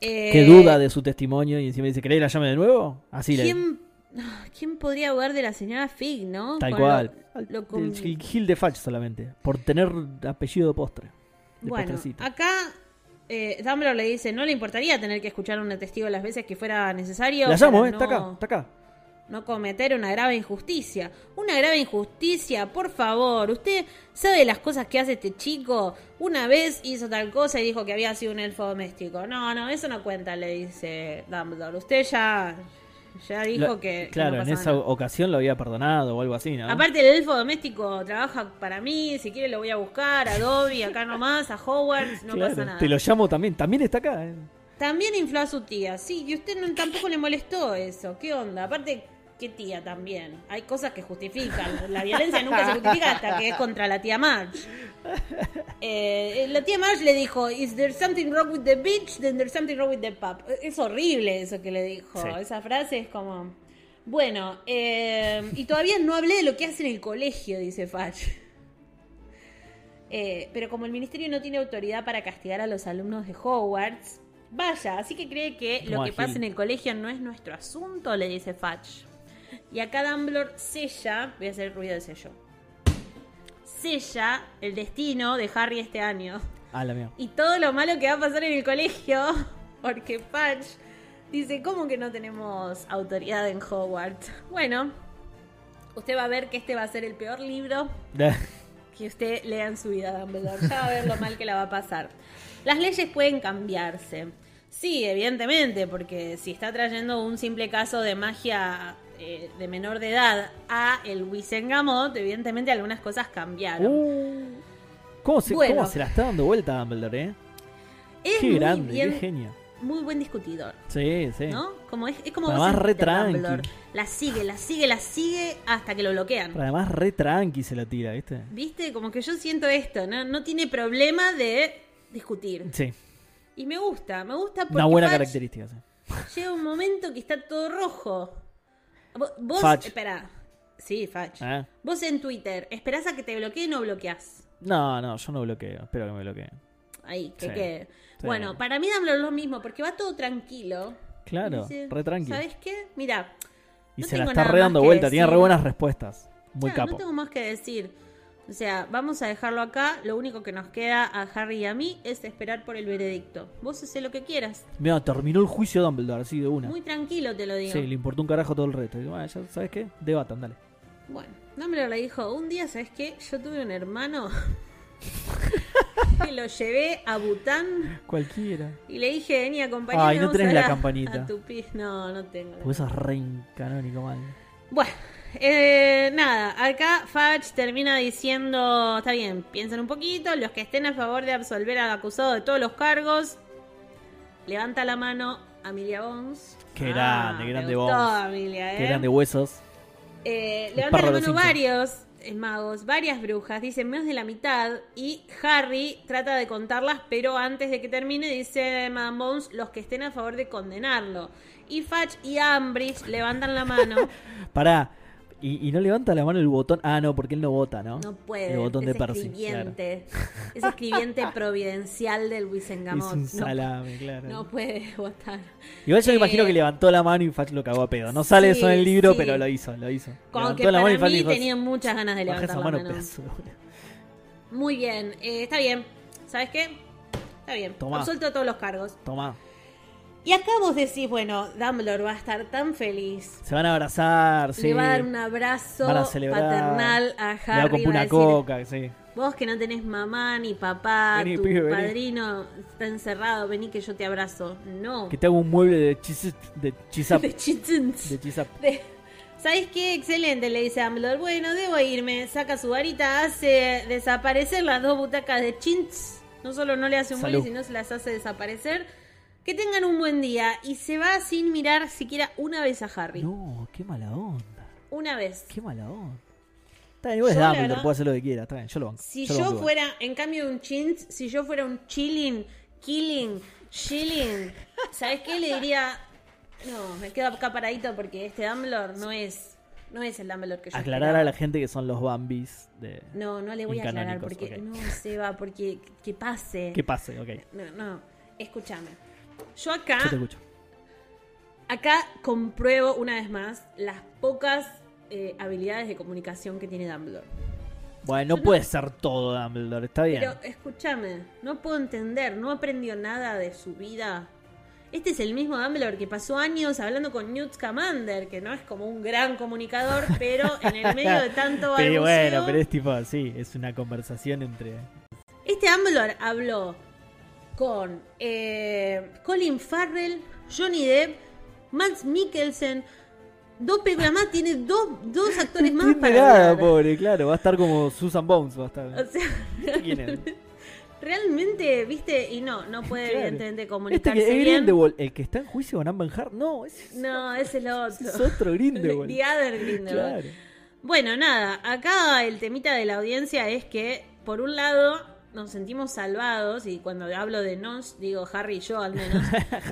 [SPEAKER 1] Eh,
[SPEAKER 2] Qué duda de su testimonio y encima dice, ¿querés que la llame de nuevo? Así le...
[SPEAKER 1] ¿quién, Ah, ¿Quién podría dudar de la señora Fig, no?
[SPEAKER 2] Tal
[SPEAKER 1] Con
[SPEAKER 2] cual.
[SPEAKER 1] lo-
[SPEAKER 2] Al-
[SPEAKER 1] lo con-
[SPEAKER 2] el, el Gil de Fach solamente. Por tener apellido de postre. De
[SPEAKER 1] Bueno,
[SPEAKER 2] postrecito.
[SPEAKER 1] acá eh, Dumbledore le dice, no le importaría tener que escuchar a un testigo las veces que fuera necesario.
[SPEAKER 2] la llamo,
[SPEAKER 1] para
[SPEAKER 2] eh, está
[SPEAKER 1] no-
[SPEAKER 2] acá, está acá.
[SPEAKER 1] no cometer una grave injusticia. Una grave injusticia, por favor. Usted sabe las cosas que hace este chico. Una vez hizo tal cosa y dijo que había sido un elfo doméstico. No, no, eso no cuenta, le dice Dumbledore. Usted ya, ya dijo
[SPEAKER 2] Lo-
[SPEAKER 1] que... que
[SPEAKER 2] Claro,
[SPEAKER 1] no
[SPEAKER 2] en
[SPEAKER 1] pasaba
[SPEAKER 2] esa
[SPEAKER 1] nada.
[SPEAKER 2] ocasión lo había perdonado o algo así, ¿no?
[SPEAKER 1] Aparte el elfo doméstico trabaja para mí, si quiere lo voy a buscar, a Dobby, acá nomás, a Howard, no
[SPEAKER 2] Claro,
[SPEAKER 1] pasa nada.
[SPEAKER 2] Te lo llamo también, también está acá. ¿eh?
[SPEAKER 1] También infló a su tía, sí, y usted no- tampoco le molestó eso. ¿Qué onda? Aparte, ¿qué tía también? Hay cosas que justifican. La violencia nunca se justifica hasta que es contra la tía Marge. Eh, eh, la tía Marge le dijo, Is there something wrong with the bitch? Then there's something wrong with the pup. Es horrible eso que le dijo.
[SPEAKER 2] Sí.
[SPEAKER 1] Esa frase es como... Bueno, eh, y todavía no hablé de lo que hace en el colegio, dice Fudge. Eh, pero como el ministerio no tiene autoridad para castigar a los alumnos de Hogwarts, vaya, así que cree que lo
[SPEAKER 2] Toma,
[SPEAKER 1] que pasa
[SPEAKER 2] Gil.
[SPEAKER 1] en el colegio no es nuestro asunto, le dice Fudge. Y acá Dumbledore sella, voy a hacer el ruido de sello, sella el destino de Harry este año
[SPEAKER 2] Ah, la mía.
[SPEAKER 1] y todo lo malo que va a pasar en el colegio, porque Patch dice, ¿cómo que no tenemos autoridad en Hogwarts? Bueno, usted va a ver que este va a ser el peor libro que usted lea en su vida, Dumbledore. Ya va a ver lo mal que la va a pasar. Las leyes pueden cambiarse. Sí, evidentemente, porque si está trayendo un simple caso de magia eh, de menor de edad a el Wisengamot, evidentemente algunas cosas cambiaron.
[SPEAKER 2] Uh, ¿cómo, se,
[SPEAKER 1] Bueno.
[SPEAKER 2] cómo se la está dando vuelta Dumbledore, eh?
[SPEAKER 1] es
[SPEAKER 2] qué
[SPEAKER 1] muy
[SPEAKER 2] grande,
[SPEAKER 1] bien-
[SPEAKER 2] qué genio.
[SPEAKER 1] muy buen discutidor.
[SPEAKER 2] Sí, sí.
[SPEAKER 1] ¿no? Como es, es como
[SPEAKER 2] Además,
[SPEAKER 1] vos en
[SPEAKER 2] re
[SPEAKER 1] Twitter,
[SPEAKER 2] tranqui.
[SPEAKER 1] Dumbledore. La sigue, la sigue, la sigue hasta que lo
[SPEAKER 2] Pero
[SPEAKER 1] bloquean.
[SPEAKER 2] además re tranqui se la tira, ¿viste?
[SPEAKER 1] ¿Viste? Como que yo siento esto, ¿no? No tiene problema de discutir.
[SPEAKER 2] Sí,
[SPEAKER 1] Y me gusta, me gusta porque
[SPEAKER 2] una buena
[SPEAKER 1] Fudge
[SPEAKER 2] característica. sí.
[SPEAKER 1] llega un momento que está todo rojo. Vo- Vos,
[SPEAKER 2] Fudge.
[SPEAKER 1] espera. Sí, Fudge.
[SPEAKER 2] Ah.
[SPEAKER 1] Vos en Twitter, ¿esperás a que te bloqueen o bloqueás?
[SPEAKER 2] No, no, yo no bloqueo, espero que me bloqueen.
[SPEAKER 1] Ahí, que
[SPEAKER 2] Sí,
[SPEAKER 1] quede.
[SPEAKER 2] sí.
[SPEAKER 1] Bueno, para mí Dumbledore es lo mismo, porque va todo tranquilo.
[SPEAKER 2] Claro,
[SPEAKER 1] Dice,
[SPEAKER 2] re tranqui.
[SPEAKER 1] ¿Sabes qué? Mira.
[SPEAKER 2] Y
[SPEAKER 1] no
[SPEAKER 2] se la
[SPEAKER 1] tengo
[SPEAKER 2] está
[SPEAKER 1] nada
[SPEAKER 2] re
[SPEAKER 1] más
[SPEAKER 2] dando
[SPEAKER 1] que
[SPEAKER 2] vuelta, tiene re
[SPEAKER 1] decir.
[SPEAKER 2] buenas respuestas. Muy
[SPEAKER 1] Claro,
[SPEAKER 2] capo.
[SPEAKER 1] No tengo más que decir. O sea, vamos a dejarlo acá. Lo único que nos queda a Harry y a mí es esperar por el veredicto. Vos hacé lo que quieras.
[SPEAKER 2] Mira, terminó el juicio de Dumbledore, así de una.
[SPEAKER 1] Muy tranquilo te lo digo.
[SPEAKER 2] Sí, le importó un carajo todo el resto. Y, Bueno, ya sabes qué, debatan, dale.
[SPEAKER 1] Bueno, Dumbledore le dijo, un día, ¿sabes qué? Yo tuve un hermano que lo llevé a Bután
[SPEAKER 2] Cualquiera.
[SPEAKER 1] y le dije, vení, acompañame.
[SPEAKER 2] Ay, no
[SPEAKER 1] vamos
[SPEAKER 2] tenés
[SPEAKER 1] a
[SPEAKER 2] la
[SPEAKER 1] a-
[SPEAKER 2] campanita. Pues-
[SPEAKER 1] a tu pi-". No, no tengo. la
[SPEAKER 2] Porque eso es re incanónico mal.
[SPEAKER 1] Bueno, eh, nada, acá Fudge termina diciendo, está bien, piensen un poquito, los que estén a favor de absolver al acusado de todos los cargos, levanta la mano Amelia Bones. Ah,
[SPEAKER 2] Qué grande,
[SPEAKER 1] me
[SPEAKER 2] grande
[SPEAKER 1] gustó,
[SPEAKER 2] Bones.
[SPEAKER 1] Amelia, eh.
[SPEAKER 2] Qué grande huesos.
[SPEAKER 1] Eh,
[SPEAKER 2] El
[SPEAKER 1] levanta
[SPEAKER 2] perro
[SPEAKER 1] la
[SPEAKER 2] de los
[SPEAKER 1] mano
[SPEAKER 2] Simpsons.
[SPEAKER 1] varios eh, magos, varias brujas, dicen menos de la mitad, y Harry trata de contarlas, pero antes de que termine dice Madame Bones, los que estén a favor de condenarlo. Y Fudge y Ambridge levantan la mano.
[SPEAKER 2] Pará. Y, y no levanta la mano el botón. Ah, no, porque él no vota, ¿no?
[SPEAKER 1] No puede.
[SPEAKER 2] El botón
[SPEAKER 1] es
[SPEAKER 2] de Percy. claro.
[SPEAKER 1] escribiente. Es escribiente providencial del
[SPEAKER 2] Es
[SPEAKER 1] Wisengamot.
[SPEAKER 2] un
[SPEAKER 1] No,
[SPEAKER 2] salame, claro.
[SPEAKER 1] no puede votar.
[SPEAKER 2] Igual yo me imagino
[SPEAKER 1] Eh,
[SPEAKER 2] que levantó la mano y Fudge lo cagó a pedo. No sale eso en el
[SPEAKER 1] sí,
[SPEAKER 2] libro,
[SPEAKER 1] sí.
[SPEAKER 2] pero lo hizo, lo hizo.
[SPEAKER 1] Como
[SPEAKER 2] levantó
[SPEAKER 1] que para
[SPEAKER 2] Fudge
[SPEAKER 1] mí
[SPEAKER 2] dijo,
[SPEAKER 1] tenía muchas ganas de
[SPEAKER 2] "Baja
[SPEAKER 1] levantar
[SPEAKER 2] esa
[SPEAKER 1] la
[SPEAKER 2] mano,
[SPEAKER 1] mano.
[SPEAKER 2] pedazo de bola".
[SPEAKER 1] Muy bien, eh, está bien. ¿Sabes qué? Está bien.
[SPEAKER 2] Tomá.
[SPEAKER 1] Absuelto de todos los cargos.
[SPEAKER 2] Tomá.
[SPEAKER 1] Y acá vos decís, bueno, Dumbledore va a estar tan feliz.
[SPEAKER 2] Se van a abrazar, sí.
[SPEAKER 1] Le va a dar un abrazo
[SPEAKER 2] Van a celebrar.
[SPEAKER 1] paternal a Harry.
[SPEAKER 2] Le va a comprar
[SPEAKER 1] va a
[SPEAKER 2] una
[SPEAKER 1] decir,
[SPEAKER 2] coca, sí.
[SPEAKER 1] Vos que no tenés mamá ni papá,
[SPEAKER 2] Vení,
[SPEAKER 1] tu
[SPEAKER 2] pibe, vení.
[SPEAKER 1] padrino está encerrado, vení que yo te abrazo. No.
[SPEAKER 2] Que te hago un mueble de chis de chisap.
[SPEAKER 1] De chitins.
[SPEAKER 2] de chisap.
[SPEAKER 1] De- ¿Sabés qué? Excelente, le dice Dumbledore. Bueno, debo irme. Saca su varita, hace desaparecer las dos butacas de chintz. No solo no le hace un
[SPEAKER 2] Salud.
[SPEAKER 1] mueble, sino se las hace desaparecer. Que tengan un buen día. Y se va sin mirar siquiera una vez a Harry.
[SPEAKER 2] No, qué mala onda.
[SPEAKER 1] Una vez.
[SPEAKER 2] Qué mala onda. Está bien, igual es
[SPEAKER 1] Yo, la
[SPEAKER 2] Dumbledore,
[SPEAKER 1] verdad-
[SPEAKER 2] puede hacer lo que quiera, está bien, yo lo banco.
[SPEAKER 1] Si
[SPEAKER 2] yo
[SPEAKER 1] yo,
[SPEAKER 2] lo banco igual.
[SPEAKER 1] fuera, en cambio de un chintz, si yo fuera un chilling, killing, chilling, ¿sabes qué? Le diría, no, me quedo acá paradito porque este Dumbledore no es, no es el Dumbledore que yo
[SPEAKER 2] Aclarar
[SPEAKER 1] esperaba.
[SPEAKER 2] a la gente que son los Bambis de...
[SPEAKER 1] No, no le voy a aclarar
[SPEAKER 2] Incanónicos,
[SPEAKER 1] porque
[SPEAKER 2] ok.
[SPEAKER 1] no se va, porque que pase.
[SPEAKER 2] Que pase, ok.
[SPEAKER 1] No, no, escúchame. Yo acá,
[SPEAKER 2] Yo te escucho.
[SPEAKER 1] acá compruebo una vez más las pocas eh, habilidades de comunicación que tiene Dumbledore.
[SPEAKER 2] Bueno, no puede ser todo Dumbledore, está bien.
[SPEAKER 1] Pero escúchame, no puedo entender, no aprendió nada de su vida. Este es el mismo Dumbledore que pasó años hablando con Newt Scamander, que no es como un gran comunicador, pero en el medio de tanto balbuceo...
[SPEAKER 2] Pero bueno, pero es tipo, sí, es una conversación entre.
[SPEAKER 1] Este Dumbledore habló con eh, Colin Farrell, Johnny Depp, Max Mikkelsen. Dos películas más, tiene dos, dos actores más
[SPEAKER 2] Tiene
[SPEAKER 1] para
[SPEAKER 2] nada,
[SPEAKER 1] hablar.
[SPEAKER 2] pobre, claro, va a estar como Susan Bones, va
[SPEAKER 1] O
[SPEAKER 2] a estar.
[SPEAKER 1] sea,
[SPEAKER 2] ¿Quién es?
[SPEAKER 1] realmente, viste, y no, no puede
[SPEAKER 2] Claro.
[SPEAKER 1] evidentemente
[SPEAKER 2] Este
[SPEAKER 1] comunicarse
[SPEAKER 2] que es
[SPEAKER 1] bien.
[SPEAKER 2] Grindelwald, el que está en juicio con Amber Heard, no, ese es,
[SPEAKER 1] No, ese es lo
[SPEAKER 2] ese
[SPEAKER 1] otro.
[SPEAKER 2] es otro Grindelwald.
[SPEAKER 1] The Other Grindelwald.
[SPEAKER 2] Claro.
[SPEAKER 1] Bueno, nada, acá el temita de la audiencia es que, por un lado, nos sentimos salvados, y cuando hablo de nos, digo Harry y yo al menos,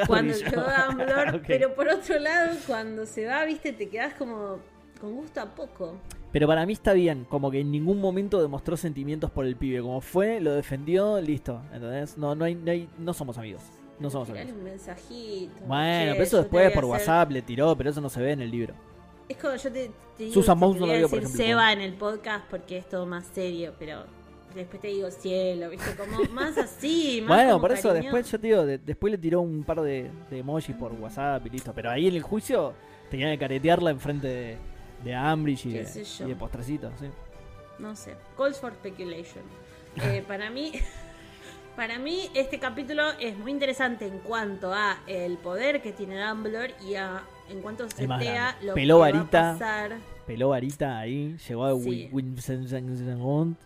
[SPEAKER 1] cuando
[SPEAKER 2] y yo.
[SPEAKER 1] llegó Dumbledore,
[SPEAKER 2] Ok.
[SPEAKER 1] pero por otro lado, cuando se va, viste, te quedás como con gusto a poco.
[SPEAKER 2] Pero para mí está bien, como que en ningún momento demostró sentimientos por el pibe. Como fue, lo defendió, listo. ¿Entendés? No, no, hay, no, hay- no somos amigos. No somos
[SPEAKER 1] Tirale
[SPEAKER 2] amigos.
[SPEAKER 1] un mensajito. che,
[SPEAKER 2] Bueno, pero
[SPEAKER 1] yo
[SPEAKER 2] eso
[SPEAKER 1] te
[SPEAKER 2] después
[SPEAKER 1] voy a
[SPEAKER 2] por
[SPEAKER 1] hacer-
[SPEAKER 2] WhatsApp le tiró, pero eso no se ve en el libro.
[SPEAKER 1] Es como yo te, te digo
[SPEAKER 2] Susan
[SPEAKER 1] que
[SPEAKER 2] Bones no
[SPEAKER 1] quería
[SPEAKER 2] la vio, por
[SPEAKER 1] decir
[SPEAKER 2] ejemplo,
[SPEAKER 1] Seba en el podcast porque es todo más serio, pero después te digo cielo, viste, como más así, más
[SPEAKER 2] Bueno,
[SPEAKER 1] como
[SPEAKER 2] por eso
[SPEAKER 1] cariñoso.
[SPEAKER 2] después yo te digo, de- después le tiró un par de, de emojis por WhatsApp y listo. Pero ahí en el juicio tenían que caretearla enfrente de, de Ambridge y
[SPEAKER 1] Qué
[SPEAKER 2] de,
[SPEAKER 1] sé yo.
[SPEAKER 2] y de postrecito, sí.
[SPEAKER 1] no sé, calls for speculation. Eh, para mí, para mí este capítulo es muy interesante en cuanto a el poder que tiene Dumbledore y a en cuanto se
[SPEAKER 2] más
[SPEAKER 1] tea
[SPEAKER 2] grande.
[SPEAKER 1] lo
[SPEAKER 2] Peló
[SPEAKER 1] que va
[SPEAKER 2] varita.
[SPEAKER 1] a pasar,
[SPEAKER 2] Peló varita ahí, llegó a
[SPEAKER 1] Sí.
[SPEAKER 2] Win- Winston-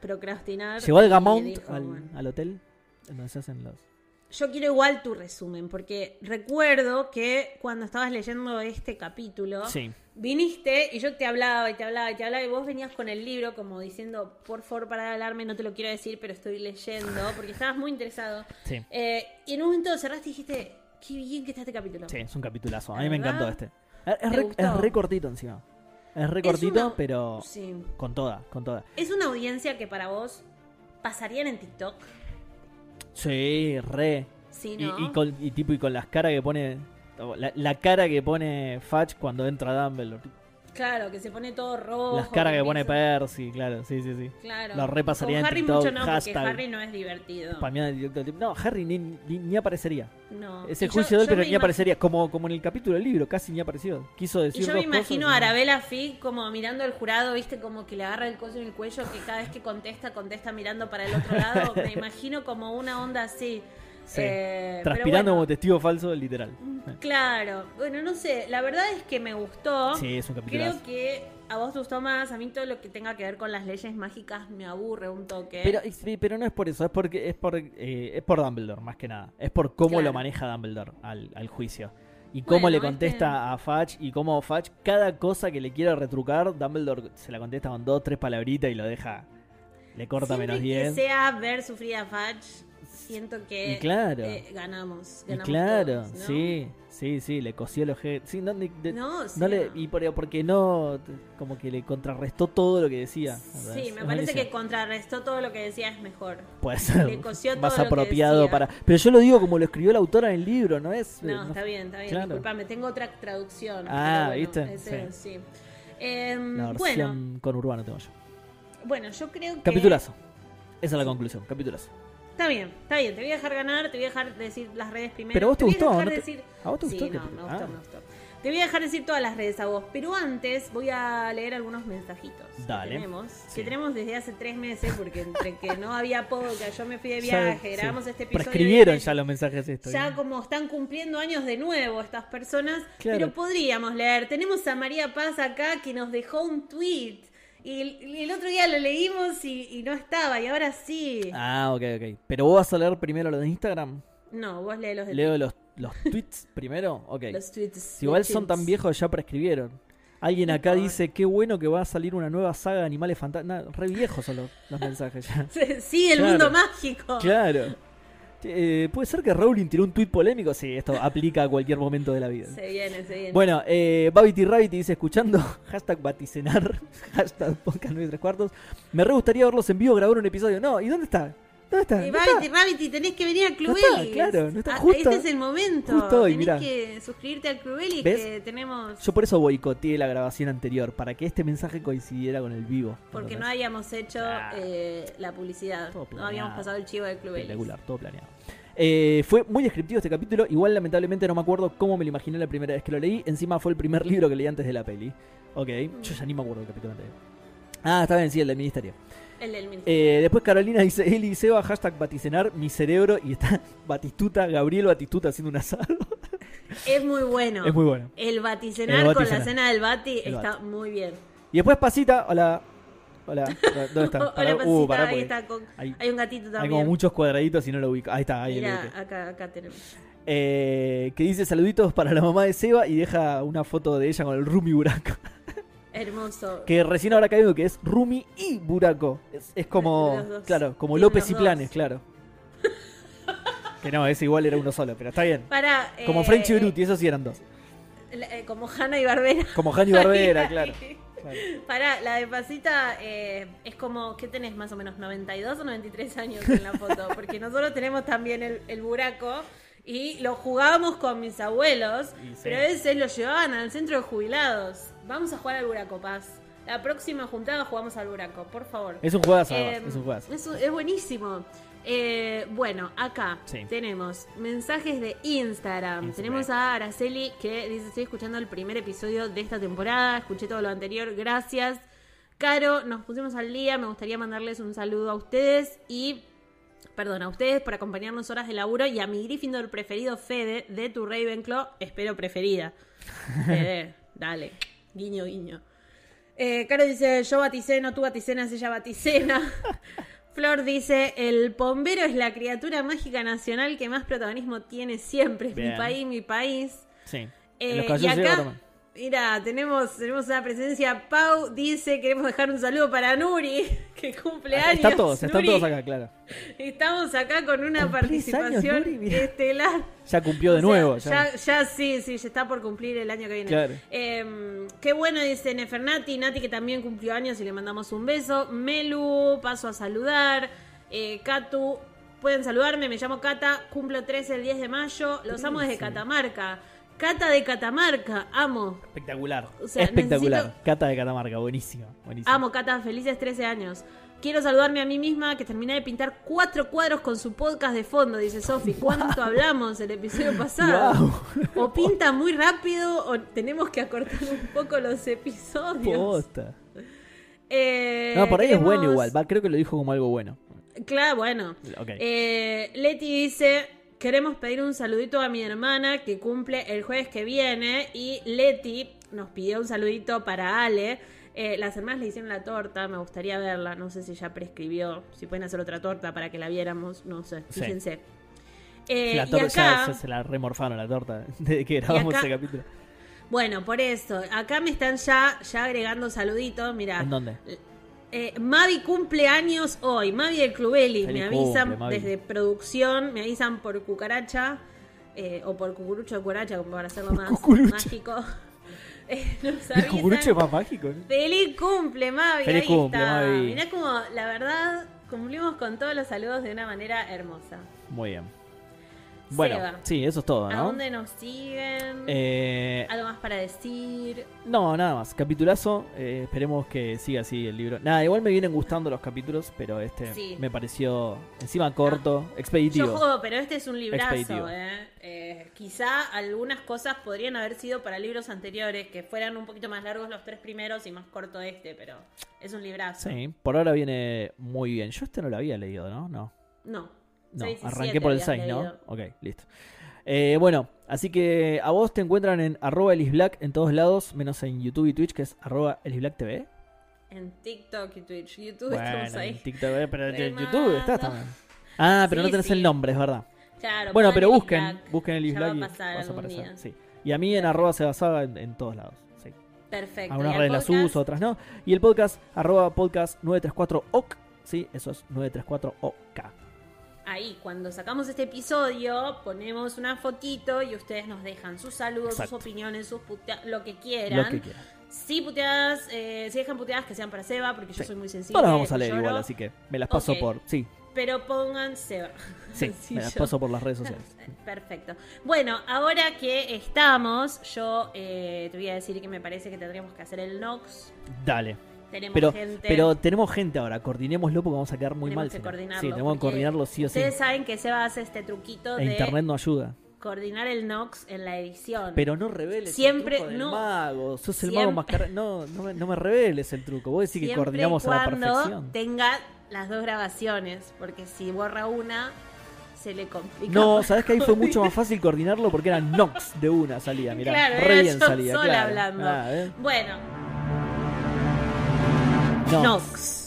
[SPEAKER 1] procrastinar.
[SPEAKER 2] llegó al
[SPEAKER 1] y
[SPEAKER 2] Gamont
[SPEAKER 1] dijo,
[SPEAKER 2] al,
[SPEAKER 1] bueno.
[SPEAKER 2] al hotel donde se hacen los.
[SPEAKER 1] Yo quiero igual tu resumen porque recuerdo que cuando estabas leyendo este capítulo
[SPEAKER 2] Sí.
[SPEAKER 1] viniste y yo te hablaba y te hablaba y te hablaba y vos venías con el libro como diciendo, por favor, para de hablarme, no te lo quiero decir, pero estoy leyendo, porque estabas muy interesado.
[SPEAKER 2] Sí.
[SPEAKER 1] Eh, y en un momento cerraste y dijiste, qué bien que está este capítulo.
[SPEAKER 2] Sí, es un capitulazo. A
[SPEAKER 1] La
[SPEAKER 2] mí me
[SPEAKER 1] verdad,
[SPEAKER 2] encantó este. Es, es
[SPEAKER 1] me
[SPEAKER 2] re,
[SPEAKER 1] gustó.
[SPEAKER 2] es re cortito encima. Es re cortito,
[SPEAKER 1] una-
[SPEAKER 2] pero
[SPEAKER 1] Sí.
[SPEAKER 2] con toda, con toda.
[SPEAKER 1] Es una audiencia que para vos pasarían en TikTok.
[SPEAKER 2] Sí, re.
[SPEAKER 1] Sí,
[SPEAKER 2] Y,
[SPEAKER 1] ¿no?
[SPEAKER 2] y con, y tipo, y con las caras que pone. La, la cara que pone Fatch cuando entra Dumbledore.
[SPEAKER 1] Claro, que se pone todo rojo.
[SPEAKER 2] las caras que pone
[SPEAKER 1] empieza-
[SPEAKER 2] Percy, claro, sí, sí, sí.
[SPEAKER 1] Claro.
[SPEAKER 2] lo repasaría
[SPEAKER 1] Con
[SPEAKER 2] en
[SPEAKER 1] Harry
[SPEAKER 2] TikTok,
[SPEAKER 1] mucho no, porque
[SPEAKER 2] hashtag.
[SPEAKER 1] Harry no es divertido.
[SPEAKER 2] Spameada en directo al tipo. No, Harry ni, ni- ni aparecería.
[SPEAKER 1] No.
[SPEAKER 2] Ese
[SPEAKER 1] Y yo-
[SPEAKER 2] juicio de él,
[SPEAKER 1] yo
[SPEAKER 2] pero
[SPEAKER 1] me
[SPEAKER 2] ni aparecería. Como, como en el capítulo del libro, casi ni apareció. Quiso decir
[SPEAKER 1] Y yo me
[SPEAKER 2] dos cosas
[SPEAKER 1] imagino
[SPEAKER 2] y
[SPEAKER 1] a
[SPEAKER 2] no.
[SPEAKER 1] Arabella Fick como mirando al jurado, viste, como que le agarra el coso en el cuello, que cada vez que contesta, contesta mirando para el otro lado. Me imagino como una onda así.
[SPEAKER 2] Sí.
[SPEAKER 1] Eh, pero
[SPEAKER 2] Transpirando como
[SPEAKER 1] bueno,
[SPEAKER 2] testigo falso, literal.
[SPEAKER 1] Claro. Bueno, no sé. La verdad es que me gustó.
[SPEAKER 2] Sí, es un capitulazo.
[SPEAKER 1] Creo que a vos te gustó más. A mí todo lo que tenga que ver con las leyes mágicas me aburre un toque.
[SPEAKER 2] Pero, es- sí, pero no es por eso, es porque es por, eh, es por Dumbledore, más que nada. Es por cómo
[SPEAKER 1] Claro.
[SPEAKER 2] lo maneja Dumbledore al, al juicio. Y cómo
[SPEAKER 1] Bueno, este
[SPEAKER 2] le
[SPEAKER 1] es
[SPEAKER 2] contesta a Fudge y cómo Fudge, cada cosa que le quiera retrucar, Dumbledore se la contesta con dos, tres palabritas y lo deja. Le corta
[SPEAKER 1] Siempre
[SPEAKER 2] menos
[SPEAKER 1] que
[SPEAKER 2] 10.
[SPEAKER 1] sea ver sufrir a Fudge, siento que
[SPEAKER 2] Y claro.
[SPEAKER 1] eh, ganamos.
[SPEAKER 2] Y
[SPEAKER 1] ganamos
[SPEAKER 2] claro,
[SPEAKER 1] todos, ¿no?
[SPEAKER 2] sí, sí, sí, le cosió el objeto. Sí, no, ni- de-
[SPEAKER 1] No, sí,
[SPEAKER 2] no le,
[SPEAKER 1] no.
[SPEAKER 2] y por- porque no, t- como que le contrarrestó todo lo que decía. ¿entendés?
[SPEAKER 1] Sí, me
[SPEAKER 2] Es
[SPEAKER 1] parece
[SPEAKER 2] buenísimo.
[SPEAKER 1] que contrarrestó todo lo que decía es mejor.
[SPEAKER 2] Puede ser
[SPEAKER 1] Le cosió
[SPEAKER 2] más
[SPEAKER 1] todo lo que
[SPEAKER 2] apropiado
[SPEAKER 1] decía.
[SPEAKER 2] para. Pero yo lo digo como lo escribió la autora en el libro, ¿no es? Eh,
[SPEAKER 1] No,
[SPEAKER 2] no-
[SPEAKER 1] está bien, está bien.
[SPEAKER 2] Claro.
[SPEAKER 1] Disculpame, tengo otra traducción.
[SPEAKER 2] Ah,
[SPEAKER 1] pero
[SPEAKER 2] ¿viste?
[SPEAKER 1] ese- sí. Em,
[SPEAKER 2] La
[SPEAKER 1] bueno, Eh,
[SPEAKER 2] versión con Urbano tengo yo.
[SPEAKER 1] bueno, yo creo que.
[SPEAKER 2] Capitulazo. Esa es la conclusión, capitulazo.
[SPEAKER 1] Está bien, está bien. Te voy a dejar ganar, te voy a dejar decir las redes primero.
[SPEAKER 2] Pero a vos te
[SPEAKER 1] voy
[SPEAKER 2] gustó,
[SPEAKER 1] a dejar
[SPEAKER 2] ¿no te-
[SPEAKER 1] decir-
[SPEAKER 2] a vos te
[SPEAKER 1] sí,
[SPEAKER 2] gustó el
[SPEAKER 1] No,
[SPEAKER 2] capítulo?
[SPEAKER 1] me gustó,
[SPEAKER 2] Ah.
[SPEAKER 1] me gustó. Te voy a dejar decir todas las redes a vos, pero antes voy a leer algunos mensajitos
[SPEAKER 2] Dale.
[SPEAKER 1] que tenemos,
[SPEAKER 2] Sí.
[SPEAKER 1] que tenemos desde hace tres meses, porque entre que no había podcast, yo me fui de
[SPEAKER 2] Ya-
[SPEAKER 1] viaje,
[SPEAKER 2] sí.
[SPEAKER 1] grabamos este episodio.
[SPEAKER 2] Prescribieron
[SPEAKER 1] dije,
[SPEAKER 2] ya los mensajes estos.
[SPEAKER 1] Ya
[SPEAKER 2] ¿eh?
[SPEAKER 1] como están cumpliendo años de nuevo estas personas,
[SPEAKER 2] Claro.
[SPEAKER 1] pero podríamos leer. Tenemos a María Paz acá que nos dejó un tweet y el, y el otro día lo leímos y, y no estaba y ahora sí.
[SPEAKER 2] Ah, ok, ok. Pero vos vas a leer primero los de Instagram.
[SPEAKER 1] No, vos lee los de
[SPEAKER 2] Leo los, los tweets primero. Ok.
[SPEAKER 1] los tweets.
[SPEAKER 2] Si igual son tan
[SPEAKER 1] tweets.
[SPEAKER 2] viejos, ya prescribieron. Alguien
[SPEAKER 1] Por
[SPEAKER 2] acá
[SPEAKER 1] favor.
[SPEAKER 2] dice: Qué bueno que va a salir una nueva saga de animales fantásticos. Re viejos son los, los mensajes ya.
[SPEAKER 1] Sí, el
[SPEAKER 2] Claro.
[SPEAKER 1] mundo mágico.
[SPEAKER 2] Claro. Eh, ¿Puede ser que Rowling tiró un tuit polémico? Sí, esto aplica a cualquier momento de la vida.
[SPEAKER 1] Se viene, se viene.
[SPEAKER 2] Bueno, eh, Babity Rabbit dice, escuchando, hashtag baticenar, hashtag podcast 9 y tres cuartos, me re gustaría verlos en vivo grabar un episodio. No, ¿y dónde está? ¿Dónde está?
[SPEAKER 1] y
[SPEAKER 2] ¿No
[SPEAKER 1] Rabbit, Rabbit, y tenés que venir a Clubelis.
[SPEAKER 2] está, claro, no está,
[SPEAKER 1] Ah,
[SPEAKER 2] justo-
[SPEAKER 1] este es el momento.
[SPEAKER 2] justo hoy,
[SPEAKER 1] tenés
[SPEAKER 2] mirá.
[SPEAKER 1] que suscribirte al Clubelis
[SPEAKER 2] ¿Ves?
[SPEAKER 1] que tenemos.
[SPEAKER 2] está? Yo por eso boicoteé la grabación anterior, para que este mensaje coincidiera con el vivo.
[SPEAKER 1] Porque no
[SPEAKER 2] ¿Entendés?
[SPEAKER 1] habíamos hecho
[SPEAKER 2] Ah.
[SPEAKER 1] eh, la publicidad.
[SPEAKER 2] Todo
[SPEAKER 1] No habíamos
[SPEAKER 2] planeado.
[SPEAKER 1] pasado el chivo del Clubelis.
[SPEAKER 2] Espectacular, todo planeado. Eh, fue muy descriptivo este capítulo. Igual, lamentablemente, no me acuerdo cómo me lo imaginé la primera vez que lo leí. Encima fue el primer libro que leí antes de la peli. Ok, yo ya ni me acuerdo del capítulo anterior. Ah, está bien, sí, el del ministerio.
[SPEAKER 1] El del ministerio.
[SPEAKER 2] Eh, después Carolina dice, Eli y Seba, hashtag baticenar, mi cerebro, y está Batistuta, Gabriel Batistuta haciendo un asado.
[SPEAKER 1] Es muy bueno.
[SPEAKER 2] Es muy bueno.
[SPEAKER 1] El baticenar
[SPEAKER 2] El
[SPEAKER 1] con la
[SPEAKER 2] baticenar.
[SPEAKER 1] cena del bati
[SPEAKER 2] El
[SPEAKER 1] está
[SPEAKER 2] bati.
[SPEAKER 1] muy bien.
[SPEAKER 2] Y después Pasita, hola. Hola, ¿dónde está?
[SPEAKER 1] Hola,
[SPEAKER 2] Pará, uh,
[SPEAKER 1] Pancita,
[SPEAKER 2] pará,
[SPEAKER 1] ahí
[SPEAKER 2] porque
[SPEAKER 1] está. con-
[SPEAKER 2] hay-
[SPEAKER 1] hay un gatito también.
[SPEAKER 2] Hay como muchos cuadraditos y no lo ubico. Ahí está, ahí lo
[SPEAKER 1] Mirá,
[SPEAKER 2] ubiqué.
[SPEAKER 1] acá, acá tenemos.
[SPEAKER 2] Eh, que dice saluditos para la mamá de Seba y deja una foto de ella con el Rumi Buraco.
[SPEAKER 1] Hermoso.
[SPEAKER 2] Que recién ahora caído que es Rumi y Buraco. Es, es como,
[SPEAKER 1] Los dos.
[SPEAKER 2] claro, como
[SPEAKER 1] Tienen
[SPEAKER 2] López
[SPEAKER 1] los
[SPEAKER 2] y
[SPEAKER 1] dos.
[SPEAKER 2] Planes, claro. que no, ese igual era uno solo, pero está bien.
[SPEAKER 1] Para, eh,
[SPEAKER 2] Como French y Brutti, esos sí eran dos.
[SPEAKER 1] como Hanna y Barbera.
[SPEAKER 2] Como Hanny Barbera, claro. claro.
[SPEAKER 1] Pará, la de Pasita eh, es como, ¿qué tenés más o menos? ¿92 o 93 años en la foto? Porque nosotros tenemos también el, el buraco y lo jugábamos con mis abuelos,
[SPEAKER 2] Y sí.
[SPEAKER 1] pero a veces lo llevaban al centro de jubilados. Vamos a jugar al buraco, Paz. La próxima juntada jugamos al buraco, por favor.
[SPEAKER 2] Es un juegazo,
[SPEAKER 1] Eh,
[SPEAKER 2] además, es un juegazo.
[SPEAKER 1] es un- es buenísimo. Eh, bueno, acá
[SPEAKER 2] Sí.
[SPEAKER 1] tenemos mensajes de Instagram.
[SPEAKER 2] Instagram.
[SPEAKER 1] Tenemos a Araceli que dice, estoy escuchando el primer episodio de esta temporada, escuché todo lo anterior, gracias. Caro, nos pusimos al día, me gustaría mandarles un saludo a ustedes y, perdón, a ustedes por acompañarnos horas de laburo y a mi Gryffindor preferido, Fede, de tu Ravenclaw, espero preferida. Fede, dale, guiño, guiño. Eh, Caro dice, yo baticeno, tú baticenas, ella baticena. Flor dice, el bombero es la criatura mágica nacional que más protagonismo tiene siempre. Es mi
[SPEAKER 2] Bien.
[SPEAKER 1] país, mi país.
[SPEAKER 2] Sí.
[SPEAKER 1] Eh,
[SPEAKER 2] En los
[SPEAKER 1] y
[SPEAKER 2] caballos de
[SPEAKER 1] acá,
[SPEAKER 2] Batman.
[SPEAKER 1] mira, tenemos, tenemos una presencia. Pau dice, queremos dejar un saludo para Nuri, que cumple años.
[SPEAKER 2] Están todos, están
[SPEAKER 1] Nuri.
[SPEAKER 2] todos acá, claro.
[SPEAKER 1] Estamos acá con una
[SPEAKER 2] ¿Cumplís años,
[SPEAKER 1] participación
[SPEAKER 2] Nuri? Mirá.
[SPEAKER 1] estelar.
[SPEAKER 2] Ya cumplió de
[SPEAKER 1] O sea,
[SPEAKER 2] nuevo. ya.
[SPEAKER 1] Ya, ya sí, sí, ya está por cumplir el año que viene.
[SPEAKER 2] Claro.
[SPEAKER 1] Eh, qué bueno, dice Nefernati, Nati que también cumplió años y le mandamos un beso. Melu, paso a saludar. Eh, Katu, pueden saludarme, me llamo Cata, cumplo 13 el 10 de mayo, los amo desde Catamarca. Cata de Catamarca, amo.
[SPEAKER 2] Espectacular.
[SPEAKER 1] O sea,
[SPEAKER 2] Espectacular.
[SPEAKER 1] necesito-
[SPEAKER 2] Cata de Catamarca, buenísimo. buenísimo.
[SPEAKER 1] Amo, Cata, felices 13 años. Quiero saludarme a mí misma, que terminé de pintar cuatro cuadros con su podcast de fondo, dice Sofi. ¿Cuánto hablamos el episodio pasado? O pinta muy rápido o tenemos que acortar un poco los episodios.
[SPEAKER 2] Posta.
[SPEAKER 1] Eh,
[SPEAKER 2] No, por ahí es
[SPEAKER 1] queremos-
[SPEAKER 2] bueno igual. Va, creo que lo dijo como algo bueno.
[SPEAKER 1] Claro, bueno.
[SPEAKER 2] Ok.
[SPEAKER 1] Eh, Leti dice, queremos pedir un saludito a mi hermana que cumple el jueves que viene y Leti nos pidió un saludito para Ale. Eh, las hermanas le hicieron la torta, me gustaría verla, no sé si ya prescribió, si pueden hacer otra torta para que la viéramos, no sé,
[SPEAKER 2] Sí.
[SPEAKER 1] fíjense. Eh,
[SPEAKER 2] la
[SPEAKER 1] y
[SPEAKER 2] torta ya-
[SPEAKER 1] acá-
[SPEAKER 2] ya se la remorfaron la torta desde que grabamos
[SPEAKER 1] acá-
[SPEAKER 2] ese capítulo.
[SPEAKER 1] Bueno, por eso. Acá me están ya, ya agregando saluditos. Mira.
[SPEAKER 2] ¿En dónde?
[SPEAKER 1] Eh, Mavi cumple años hoy. Mavi del Clubeli.
[SPEAKER 2] Feliz
[SPEAKER 1] Me avisan
[SPEAKER 2] cumple, Mavi.
[SPEAKER 1] desde producción, me avisan por cucaracha eh, o por cucurucho de cucaracha, como para hacerlo más
[SPEAKER 2] cucurucho.
[SPEAKER 1] mágico. Eh, nos
[SPEAKER 2] El cucurucho
[SPEAKER 1] avisan.
[SPEAKER 2] es más mágico. ¿no?
[SPEAKER 1] Feliz cumple, Mavi.
[SPEAKER 2] Feliz
[SPEAKER 1] Ahí
[SPEAKER 2] cumple,
[SPEAKER 1] está.
[SPEAKER 2] Mavi.
[SPEAKER 1] Mirá como, la verdad, cumplimos con todos los saludos de una manera hermosa.
[SPEAKER 2] Muy bien. Bueno,
[SPEAKER 1] Seba,
[SPEAKER 2] sí, eso es todo,
[SPEAKER 1] ¿A
[SPEAKER 2] ¿no?
[SPEAKER 1] dónde nos siguen?
[SPEAKER 2] Eh,
[SPEAKER 1] ¿Algo más para decir?
[SPEAKER 2] no, nada más. Capitulazo. eh, esperemos que siga así el libro. Nada, igual me vienen gustando los capítulos, pero este
[SPEAKER 1] Sí. Ah,
[SPEAKER 2] me pareció encima corto, expeditivo.
[SPEAKER 1] Yo jodo, pero este es un librazo.
[SPEAKER 2] Expeditivo.
[SPEAKER 1] ¿eh? Eh, quizá algunas cosas podrían haber sido para libros anteriores, que fueran un poquito más largos los tres primeros y más corto este, pero es un librazo.
[SPEAKER 2] Sí, por ahora viene muy bien. Yo este no lo había leído, ¿no? No.
[SPEAKER 1] No.
[SPEAKER 2] No,
[SPEAKER 1] 6 y
[SPEAKER 2] arranqué
[SPEAKER 1] 7
[SPEAKER 2] por el
[SPEAKER 1] habías
[SPEAKER 2] 6, ¿no?
[SPEAKER 1] leído.
[SPEAKER 2] Ok, listo. Eh, bueno, así que a vos te encuentran en arroba elisblack en todos lados, menos en YouTube y Twitch, que es arroba elisblacktv.
[SPEAKER 1] En TikTok y Twitch, YouTube estamos
[SPEAKER 2] Bueno,
[SPEAKER 1] ahí.
[SPEAKER 2] en TikTok, eh, pero en
[SPEAKER 1] Remando.
[SPEAKER 2] YouTube estás también. Ah, pero
[SPEAKER 1] Sí,
[SPEAKER 2] no tenés
[SPEAKER 1] sí.
[SPEAKER 2] el nombre, es verdad.
[SPEAKER 1] Claro,
[SPEAKER 2] bueno,
[SPEAKER 1] pongan
[SPEAKER 2] pero
[SPEAKER 1] el
[SPEAKER 2] busquen,
[SPEAKER 1] Slack.
[SPEAKER 2] busquen el
[SPEAKER 1] Ya va a
[SPEAKER 2] Isblack y
[SPEAKER 1] pasar
[SPEAKER 2] vas a
[SPEAKER 1] algún
[SPEAKER 2] aparecer.
[SPEAKER 1] día.
[SPEAKER 2] Sí. Y a mí en arroba sebasaga en, en todos lados. Sí.
[SPEAKER 1] Perfecto.
[SPEAKER 2] Algunas
[SPEAKER 1] y al
[SPEAKER 2] redes las
[SPEAKER 1] podcast,
[SPEAKER 2] uso, otras no. Y el podcast, arroba podcast 934OC. Sí, eso es 934OK.
[SPEAKER 1] Ahí, cuando sacamos este episodio, ponemos una fotito y ustedes nos dejan sus saludos,
[SPEAKER 2] Exacto.
[SPEAKER 1] sus opiniones, sus putea- lo que quieran.
[SPEAKER 2] Lo que quieras.
[SPEAKER 1] Sí, puteadas, eh, si dejan puteadas que sean para Seba, porque yo
[SPEAKER 2] Sí.
[SPEAKER 1] soy muy sensible.
[SPEAKER 2] No las vamos a leer
[SPEAKER 1] lloro,
[SPEAKER 2] igual, así que me las paso
[SPEAKER 1] Ok.
[SPEAKER 2] por. Sí,
[SPEAKER 1] Pero pongan Seba.
[SPEAKER 2] sí,
[SPEAKER 1] Sí,
[SPEAKER 2] me las
[SPEAKER 1] yo.
[SPEAKER 2] paso por las redes sociales.
[SPEAKER 1] Perfecto. Bueno, ahora que estamos, yo eh, te voy a decir que me parece que tendríamos que hacer el Nox.
[SPEAKER 2] Dale.
[SPEAKER 1] Tenemos
[SPEAKER 2] Pero,
[SPEAKER 1] gente.
[SPEAKER 2] pero tenemos gente ahora, coordinémoslo porque vamos a quedar muy
[SPEAKER 1] tenemos
[SPEAKER 2] mal.
[SPEAKER 1] que
[SPEAKER 2] si no.
[SPEAKER 1] coordinarlo.
[SPEAKER 2] sí, tenemos que
[SPEAKER 1] porque
[SPEAKER 2] coordinarlo sí o sí.
[SPEAKER 1] Ustedes saben que Seba hace este truquito
[SPEAKER 2] E
[SPEAKER 1] de
[SPEAKER 2] internet no ayuda.
[SPEAKER 1] coordinar el Nox en la edición.
[SPEAKER 2] Pero no reveles
[SPEAKER 1] Siempre-
[SPEAKER 2] el truco del
[SPEAKER 1] no.
[SPEAKER 2] mago. Sos el
[SPEAKER 1] Siempre-
[SPEAKER 2] mago más car- No, no, me- no me reveles el truco. Vos decís que
[SPEAKER 1] Siempre y
[SPEAKER 2] coordinamos a la
[SPEAKER 1] cuando
[SPEAKER 2] perfección.
[SPEAKER 1] tenga las dos grabaciones, porque si borra una, se le complica.
[SPEAKER 2] No, sabés que ahí fue mucho más fácil coordinarlo porque era Nox de una salida, mirá.
[SPEAKER 1] Claro,
[SPEAKER 2] re
[SPEAKER 1] era
[SPEAKER 2] bien
[SPEAKER 1] yo
[SPEAKER 2] salida, Ah, ¿eh?
[SPEAKER 1] sola
[SPEAKER 2] claro.
[SPEAKER 1] hablando.
[SPEAKER 2] Ah, ¿eh?
[SPEAKER 1] Bueno,
[SPEAKER 2] Nox.
[SPEAKER 1] Nox.